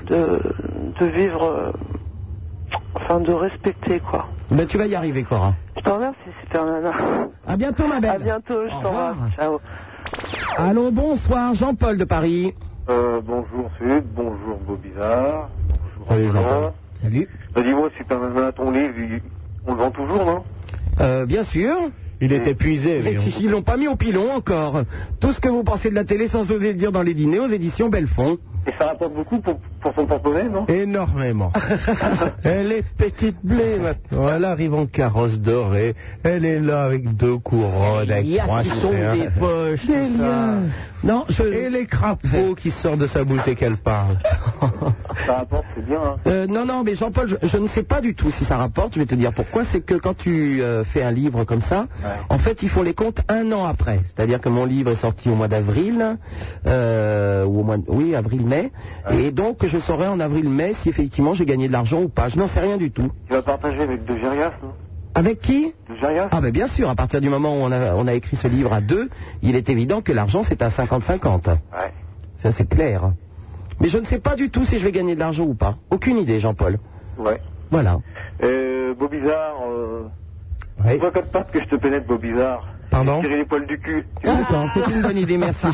de, de vivre, euh, enfin de respecter quoi. Ben tu vas y arriver, Cora. Je t'en remercie, super nana. À bientôt, ma belle. À bientôt, je t'embrasse. Ciao. Allô, bonsoir, Jean-Paul de Paris. Euh, bonjour Sud, bonjour Bobizard. Salut, Jean. Salut. Bah, Dis-moi, Superman, ton livre, il- on le vend toujours, non Euh, bien sûr. Il est Eh épuisé, Mais mais hein. on- si, ils l'ont pas mis au pilon encore. Tout ce que vous pensez de la télé sans oser le dire dans les dîners aux éditions Belfond. Et ça rapporte beaucoup pour, pour son porte-monnaie, non Énormément. elle est petite blé maintenant. Elle arrive en carrosse dorée. Elle est là avec deux couronnes. avec Il y a trois du son serres. des poches, tout ça. Non, je... Et les crapauds qui sortent de sa bouche dès qu'elle parle. Ça rapporte, c'est bien, hein. Euh, non, non, mais Jean-Paul, je, je ne sais pas du tout si ça rapporte. Je vais te dire pourquoi. C'est que quand tu euh, fais un livre comme ça, en fait, ils font les comptes un an après. C'est-à-dire que mon livre est sorti au mois d'avril, euh, ou au mois, de- oui, avril-mai. Et donc, je saurai en avril-mai si effectivement j'ai gagné de l'argent ou pas. Je n'en sais rien du tout. Tu vas partager avec deux gérias, non Avec qui Gérias Ah ben bien sûr, à partir du moment où on a, on a écrit ce livre à deux, il est évident que l'argent c'est à 50-50. Ouais. Ça c'est clair. Mais je ne sais pas du tout si je vais gagner de l'argent ou pas. Aucune idée, Jean-Paul. Ouais. Voilà. Euh, Bobizard, euh... Oui. Toi, code patte que je te pénètre, Bobizard. Pardon Tirer les poils du cul. D'accord, c'est une bonne idée, merci.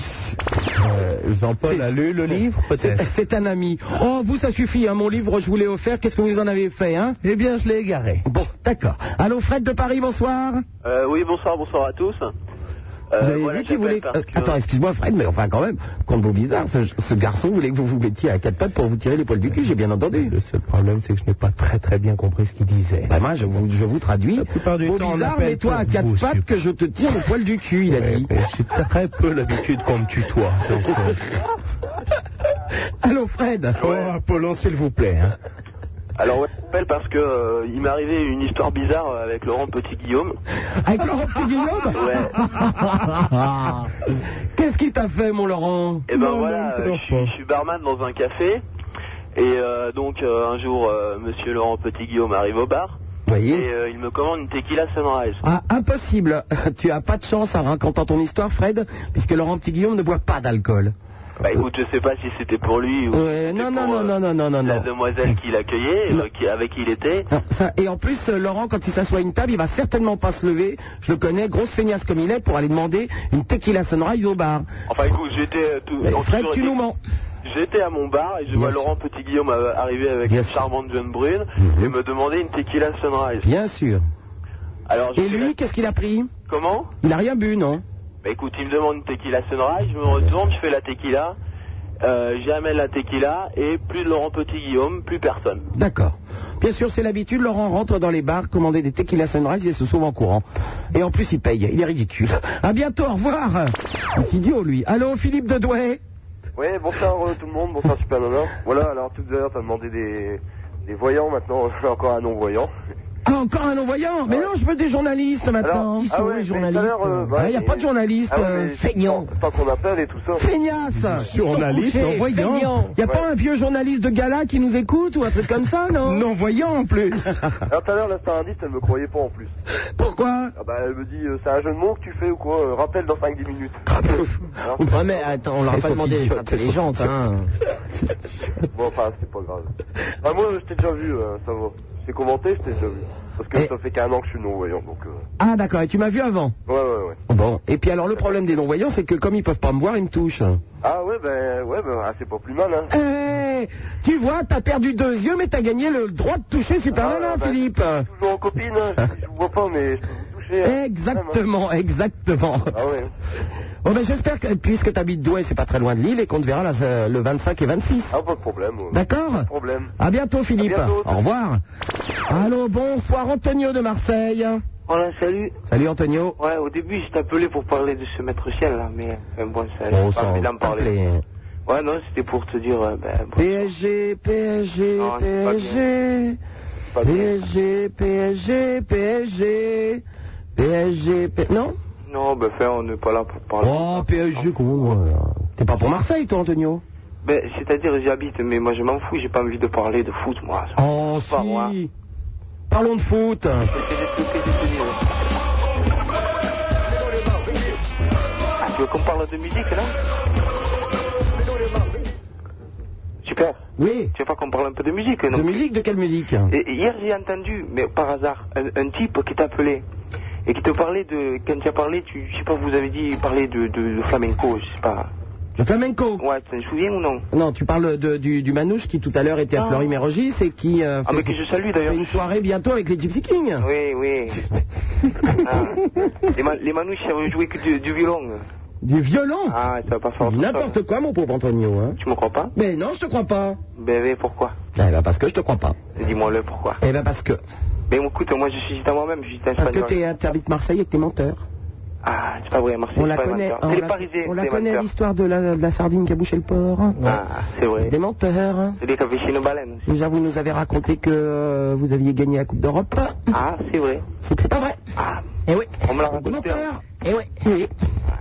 Euh, Jean-Paul a lu le livre, peut-être C'est un ami. Oh, vous, ça suffit, hein, mon livre, je vous l'ai offert. Qu'est-ce que vous en avez fait, hein Eh bien, je l'ai égaré. Bon, d'accord. Allô, Fred de Paris, bonsoir. Euh, oui, bonsoir, bonsoir à tous. Euh, vous avez voilà, vu qu'il j'appelle voulait... parce euh, que- Attends, excuse-moi, Fred, mais enfin, quand même, combo bizarre, ce, ce garçon voulait que vous vous mettiez à quatre pattes pour vous tirer les poils du cul, j'ai bien entendu. Le seul problème, c'est que je n'ai pas très très bien compris ce qu'il disait. Bah, moi, je vous, je vous traduis. La plupart du Beau temps, on bizarre, appelle mets-toi à pour quatre vous, pattes Sup. que je te tire le poil du cul, il a dit. Mais J'ai très peu l'habitude qu'on me tutoie. Donc, euh, Allô, Fred Oh, Apollon, s'il vous plaît. hein. Alors, ouais, j'appelle parce que euh, il m'est arrivé une histoire bizarre euh, avec Laurent Petit-Guillaume. Avec Laurent Petit Guillaume Qu'est-ce qu'il t'a fait, mon Laurent Et ben voilà, euh, je suis- je suis barman dans un café. Et euh, donc, euh, un jour, euh, monsieur Laurent Petit-Guillaume arrive au bar. Voyez Et euh, il me commande une tequila sunrise. Ah, hein, impossible Tu as pas de chance en racontant ton histoire, Fred, puisque Laurent Petit Guillaume ne boit pas d'alcool. Bah écoute, je sais pas si c'était pour lui ou Ouais, Euh, non, non, non, non, non, non, non, euh, la non. demoiselle qui l'accueillait, euh, qui- avec qui il était. Non, Ah, ça- et en plus, euh, Laurent, quand il s'assoit à une table, il va certainement pas se lever. Je le connais, grosse feignasse comme il est, pour aller demander une tequila sunrise au bar. Enfin écoute, j'étais euh, tout. Mais en Fred, toujours tu été- nous mens. J'étais à mon bar et je vois Laurent Petit Guillaume euh, arriver avec une charmante jeune brune et me demander une tequila sunrise. Mhm. Bien sûr. Alors je Et lui, qu'est-ce qu'il a pris comment Il n'a rien bu, non Bah écoute, il me demande une tequila sunrise, je me retourne, je fais la tequila, euh, j'amène la tequila et plus Laurent Petit Guillaume, plus personne. D'accord. Bien sûr, c'est l'habitude. Laurent rentre dans les bars, commander des tequila sunrise, il se sauve en courant. Et en plus, il paye. Il est ridicule. À bientôt, au revoir. C'est idiot, lui. Allô, Philippe de Douai Oui, bonsoir euh, tout le monde, bonsoir Super Nana. Voilà, alors tout à l'heure, t'as demandé des, des voyants, maintenant on fait encore un non-voyant. Ah, encore un non-voyant Mais non, je veux des journalistes maintenant. Ah Alors, ah ouais, mais tout à l'heure, euh, bah, Ah, Il n'y a mais- pas de journalistes. Ah ouais, euh, mais- feignants. Tant qu'on appelle et tout ça. Feignasse Journaliste, voyant. non-voyant. Il n'y a pas un vieux journaliste de gala qui nous écoute ou un truc comme ça, non Non-voyant en plus. Alors tout à l'heure, la starindiste, elle me croyait pas en plus. Pourquoi ah bah, Elle me dit, euh, c'est un jeu de mots que tu fais ou quoi Euh, Rappelle dans 5-10 minutes. Alors, Ouais, mais attends, on leur a Elles pas sont demandé d'être idiotes, elles sont intelligentes, hein. Bon, enfin, c'est pas grave. Bah, moi, je t'ai déjà vu, euh, ça va. J'ai commenté, je t'ai déjà vu. Parce Eh. que ça fait qu'un an que je suis non-voyant, donc... euh, Ah, d'accord. Et tu m'as vu avant Ouais, ouais, ouais. Bon. Et puis alors, le problème des non-voyants, c'est que comme ils peuvent pas me voir, ils me touchent. Ah ouais, ben, ouais, ben, ah, c'est pas plus mal, hein. Eh, tu vois, t'as perdu deux yeux, mais t'as gagné le droit de toucher Super Ah, Nana, hein, bah, Philippe. ben, Toujours en copine, hein. je, je vous vois pas, mais je peux vous toucher. hein. Exactement, exactement. Ah ouais. Bon, ben j'espère que, puisque t'habites Douai, c'est pas très loin de Lille, et qu'on te verra la- le 25 et 26. Ah, pas de problème. ouais. D'accord Pas de problème. À bientôt, Philippe. À bientôt. Au revoir. Allô, bonsoir, Antonio de Marseille. Voilà, salut. Salut, Antonio. Ouais, au début, je t'appelais pour parler de ce maître ciel, là, mais euh, bon, ça, Bon, j'ai pas ça, envie d'en parler. appelez. Ouais, non, c'était pour te dire, euh, ben, bon, PSG, PSG, Non, c'est pas PSG. PSG, PSG, PSG. PSG, P- Non non, ben, enfin, on n'est pas là pour parler. Oh, PSG, comment euh, T'es pas pour Marseille, toi, Antonio Ben, c'est-à-dire, j'y habite, mais moi, je m'en fous, j'ai pas envie de parler de foot, moi. Oh, si. Parlons de foot. Ah, tu veux qu'on parle de musique, là Super. Oui. Tu veux pas qu'on parle un peu de musique, non De musique, de quelle musique Et Hier, j'ai entendu, mais par hasard, un, un type qui t'appelait et qui te parlait de. Quand tu as parlé, tu, je sais pas, vous avez dit parler de, de, de flamenco, je sais pas. Le flamenco Ouais, tu te souviens ou non Non, tu parles de- du, du Manouche qui tout à l'heure était à Ah. Fleury-Mérogis et qui euh, Ah, mais fait- que je salue, d'ailleurs. fait une soirée bientôt avec les Gypsy Kings. Oui, oui. Ah. Les, ma- les manouches, ça veut jouer que du, du violon. Du violon Ah, ça va pas faire tout N'importe quoi, mon pauvre Antonio. Hein. Tu me crois pas Mais non, je te crois pas. Ben, ben, pourquoi Eh ben parce que je te crois pas. Dis-moi le pourquoi. Eh ben parce que. Ben, écoute, moi, je suis gitan moi-même, je suis gitan Parce que espagnol. t'es habites Marseille et que t'es menteur. Ah, c'est pas vrai, Marseille, On la c'est pas connaît. menteur. on C'est les la- Parisiens, on c'est la les connaît menteurs. l'histoire de la, de la sardine qui a bouché le porc. Ah, c'est vrai. Des menteurs. C'est les qui avaient fait une baleine. hein. Déjà, vous nous avez raconté que euh, vous aviez gagné la Coupe d'Europe. Ah, c'est vrai. C'est que c'est pas vrai. Ah, Eh oui. Eh On me l'a raconté. hein. Et ouais. oui.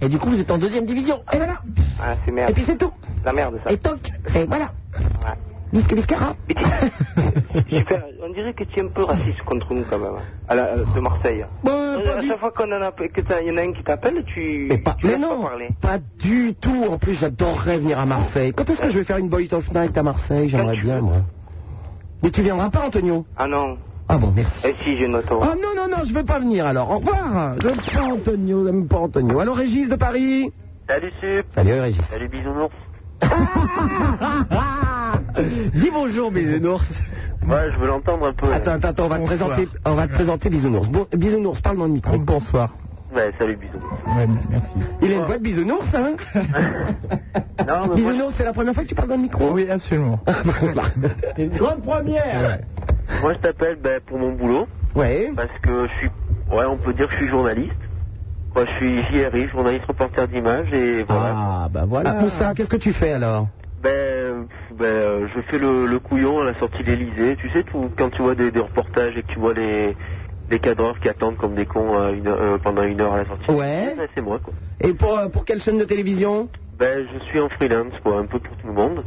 Et du coup, vous êtes en deuxième division. Et voilà. Ah, c'est merde. Et puis c'est tout. La merde, ça. Et toc. Et voilà. Ouais. Ah. Bisque biscara. Super, on dirait que tu es un peu raciste contre nous quand même, hein, à la, de Marseille. Euh, à chaque fois qu'on en a, que t'as- il y en a un qui t'appelle, tu, tu Mais laisses non, pas parler. pas du tout. En plus, j'adorerais venir à Marseille. Quand est-ce que je vais faire une Boys of Night à Marseille J'aimerais bien, moi. Mais tu viendras pas, Antonio Ah non. Ah bon, merci. Eh si, j'ai une auto. Oh non, non, non, je veux pas venir alors. Au revoir. J'aime pas Antonio, j'aime pas Antonio. Allô, Régis de Paris Salut Sup Salut Régis. Salut Bisounours Ah. Dis bonjour, bisounours. Ouais, je veux l'entendre un peu. Attends, attends, attends, on va te Bonsoir. présenter, on va te présenter Bisounours. Bon, bisounours, parle dans le micro. Bonsoir. Ouais, salut Bisounours. Il a une voix de bisounours, hein Non, mais moi, Bisounours, c'est la première fois que tu parles dans le micro Oui, absolument. Ah, une grande première je- moi, je t'appelle ben, pour mon boulot. Ouais. Parce que je suis... Ouais, on peut dire que je suis journaliste. Moi, je suis JRI, journaliste reporter d'image et voilà. Ah, bah voilà. Tout ça, qu'est-ce que tu fais alors Ben, ben, euh, je fais le, le couillon à la sortie de l'Elysée. Tu sais, tout, quand tu vois des, des reportages et que tu vois les, les cadreurs qui attendent comme des cons à une heure- euh, pendant une heure à la sortie. Ouais. Ben, c'est moi, quoi. Et pour, euh, pour quelle chaîne de télévision Ben, je suis en freelance, quoi, un peu pour tout le monde.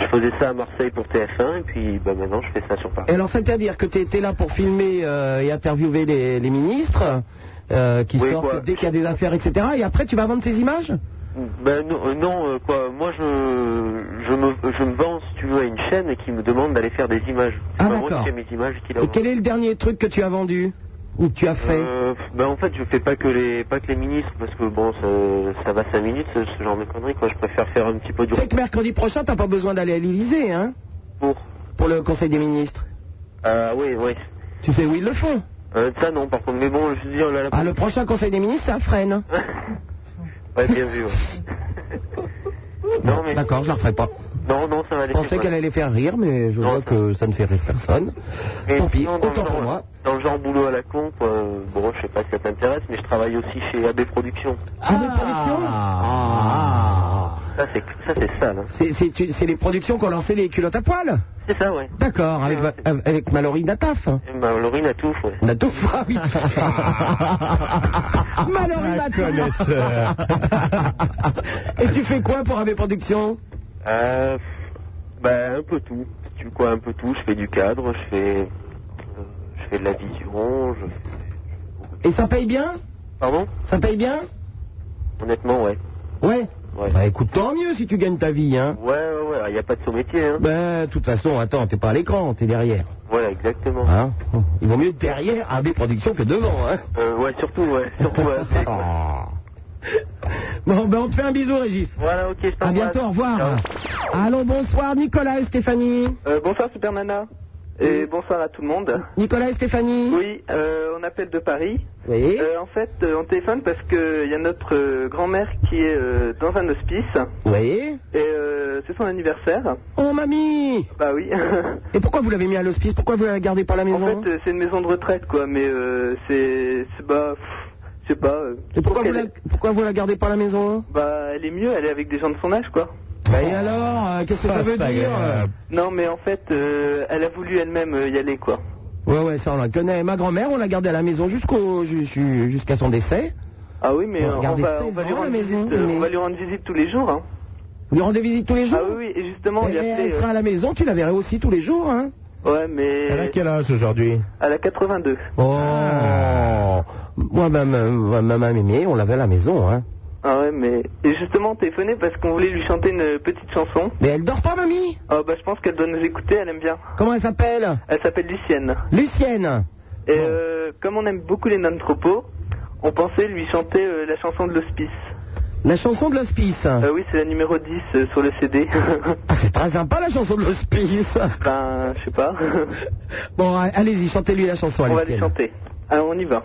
Je faisais ça à Marseille pour TF1 et puis ben, maintenant je fais ça sur Paris. Et alors, c'est-à-dire que tu étais là pour filmer euh, et interviewer les, les ministres euh, qui Oui, sortent quoi. dès qu'il y a des affaires, etc. Et après, tu vas vendre ces images Ben non, euh, non, euh, quoi, moi je, je, me, je me vends, si tu veux, à une chaîne qui me demande d'aller faire des images. C'est Ah, pas moi qui d'accord. fais mes images qui la Et vends. quel est le dernier truc que tu as vendu Ou que tu as fait Euh, ben en fait, je fais pas que les pas que les ministres parce que bon, ça, ça va 5 minutes ce, ce genre de conneries quoi. Je préfère faire un petit peu du. C'est que mercredi prochain, t'as pas besoin d'aller à l'Élysée, hein Pour Pour le Conseil des ministres. Ah oui, oui. Tu sais où ils le font Euh, ça non, par contre, mais bon, je veux dire là. là- Ah, le prochain Conseil des ministres, c'est à Fresnes. Ouais, bien vu. ouais. Non, mais... D'accord, je la referai pas. Non, non, ça va Je aller. pensais qu'elle allait faire rire, mais je vois que ça ne fait rire personne. Et Tant pis, sinon, dans le autant pour genre- moi. Dans le genre boulot à la con, quoi. euh, Bon, je sais pas si ça t'intéresse, mais je travaille aussi chez AB Productions. Ah, Ça c'est ça c'est sale. hein. C'est- C'est tu- c'est les productions qui ont lancé les culottes à poil C'est ça, ouais. D'accord, avec, va- avec Mallory Nataf. Et Ma Laurine a tout, ouais. Nataf, ah oui. Mallory bah, euh, connaisseur. Et tu fais quoi pour AB Productions Euh, ben, un peu tout. Tu quoi, un peu tout. Je fais du cadre, je fais, euh, je fais de la vision. Je... Et ça paye bien Pardon Ça paye bien Honnêtement, ouais. Ouais Ouais. Bah écoute, tant mieux si tu gagnes ta vie, hein. Ouais, ouais, ouais. Il n'y a pas de son métier, hein. Bah, de toute façon, attends, t'es pas à l'écran, t'es derrière. Voilà, exactement. Hein Il vaut mieux être derrière AB Productions que devant, hein. Euh, ouais, surtout, ouais. Surtout, ouais. Bon, ben on te fait un bisou, Régis. Voilà, ok, je Ah, À bientôt, au revoir. Allô, bonsoir, Nicolas et Stéphanie. Euh, bonsoir Super Nana. Et bonsoir à tout le monde. Nicolas et Stéphanie. Oui, euh, on appelle de Paris. Oui. Euh, en fait, euh, on téléphone parce qu'il y a notre euh, grand-mère qui est euh, dans un hospice. Oui. Et euh, c'est son anniversaire. Oh, mamie Bah oui. Et pourquoi vous l'avez mis à l'hospice Pourquoi vous la gardez pas à la maison en fait, euh, c'est une maison de retraite, quoi. Mais euh, c'est. c'est- Bah. pff, Je sais pas. euh, Et pourquoi vous, qu'elle la... est- pourquoi vous la gardez pas à la maison Bah, elle est mieux, elle est avec des gens de son âge, quoi. Bah, et alors euh, Qu'est-ce que ça veut dire Non, mais en fait, euh, elle a voulu elle-même euh, y aller, quoi. Ouais, ouais, ça on la connaît. Ma grand-mère, on l'a gardée à la maison jusqu'au ju- ju- jusqu'à son décès. Ah oui, mais Bon, euh, on, regardez, va, on 16 va ans, lui la rendre maison, visite, euh, mais- on va lui rendre visite tous les jours. Hein. Vous lui rendez visite tous les jours Ah oui, oui, et justement, Eh, il a Elle fait. sera à la maison, tu la verrais aussi tous les jours, hein euh, Ouais, mais. Elle a quel âge aujourd'hui Elle a 82. Oh Ah. Moi, ma, ma, ma- ma- ma mémé, on l'avait à la maison, hein. Ah ouais, mais. Et justement, on téléphonait parce qu'on voulait lui chanter une petite chanson. Mais elle dort pas, mamie Ah bah, je pense qu'elle doit nous écouter, elle aime bien. Comment elle s'appelle Elle s'appelle Lucienne. Lucienne Et euh, comme on aime beaucoup les non-tropos, on pensait lui chanter euh, la chanson de l'hospice. La chanson de l'hospice. Ah, Euh, oui, c'est la numéro 10 euh, sur le CD. C'est très sympa la chanson de l'hospice. ben, je sais pas. Bon, a- allez-y, chantez-lui la chanson, on va lui Lucienne. chanter. Alors, on y va.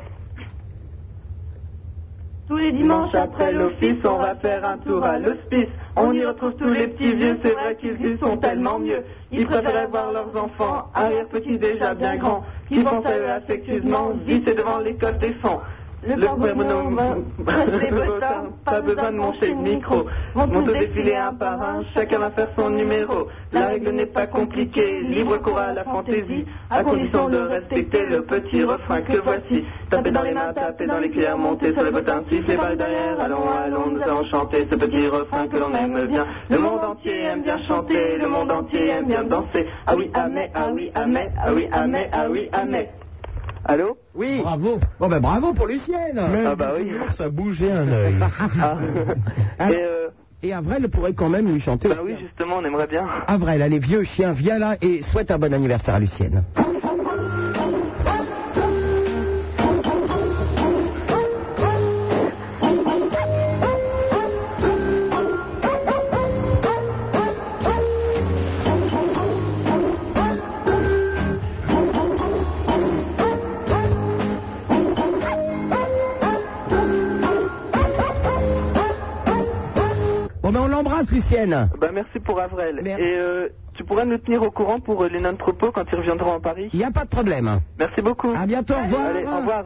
Tous les dimanches après l'office, on va faire un tour à l'hospice. On y retrouve tous les petits vieux, c'est vrai qu'ils y sont tellement mieux. Ils préfèrent voir leurs enfants, arrière-petits déjà bien grands, qui pensent à eux affectueusement, vite et devant l'école des fonds. Le père bonhomme, reste les bottins, pas besoin de mancher le micro. Vont tous défiler un par un, chacun va faire son numéro. La règle n'est pas compliquée, libre cours à la fantaisie, à condition de respecter le petit refrain que voici. Tapez dans les mains, tapez dans les l'éclair, montez sur les bottins, sifflez balles derrière. Allons, allons, nous allons chanter ce petit refrain que l'on aime bien. Le monde entier aime bien chanter, le monde entier aime bien danser. Ah oui, ah mais, ah oui, ah mais, ah oui, ah mais, ah oui, ah mais. Allô Oui. Bravo. Bon, ben bravo pour Lucienne. ah bah oui. Ça bougeait un œil. Ah, et, Avril pourrait quand même lui chanter. euh, Bah oui, justement, on aimerait bien. Avril, allez, vieux chien, viens là et souhaite un bon anniversaire à Lucienne. Bon, ben on l'embrasse, Lucienne. Bah, merci pour Avrel. Et euh, tu pourras nous tenir au courant pour euh, les non-tropos quand ils reviendront à Paris Il n'y a pas de problème. Merci beaucoup. Ah. À bientôt, au revoir. Allez, au revoir.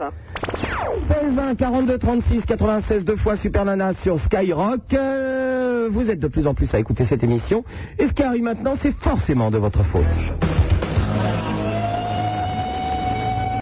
16 1 42 36 96 deux fois Super Nana sur Skyrock. Euh, vous êtes de plus en plus à écouter cette émission. Et ce qui arrive maintenant, c'est forcément de votre faute.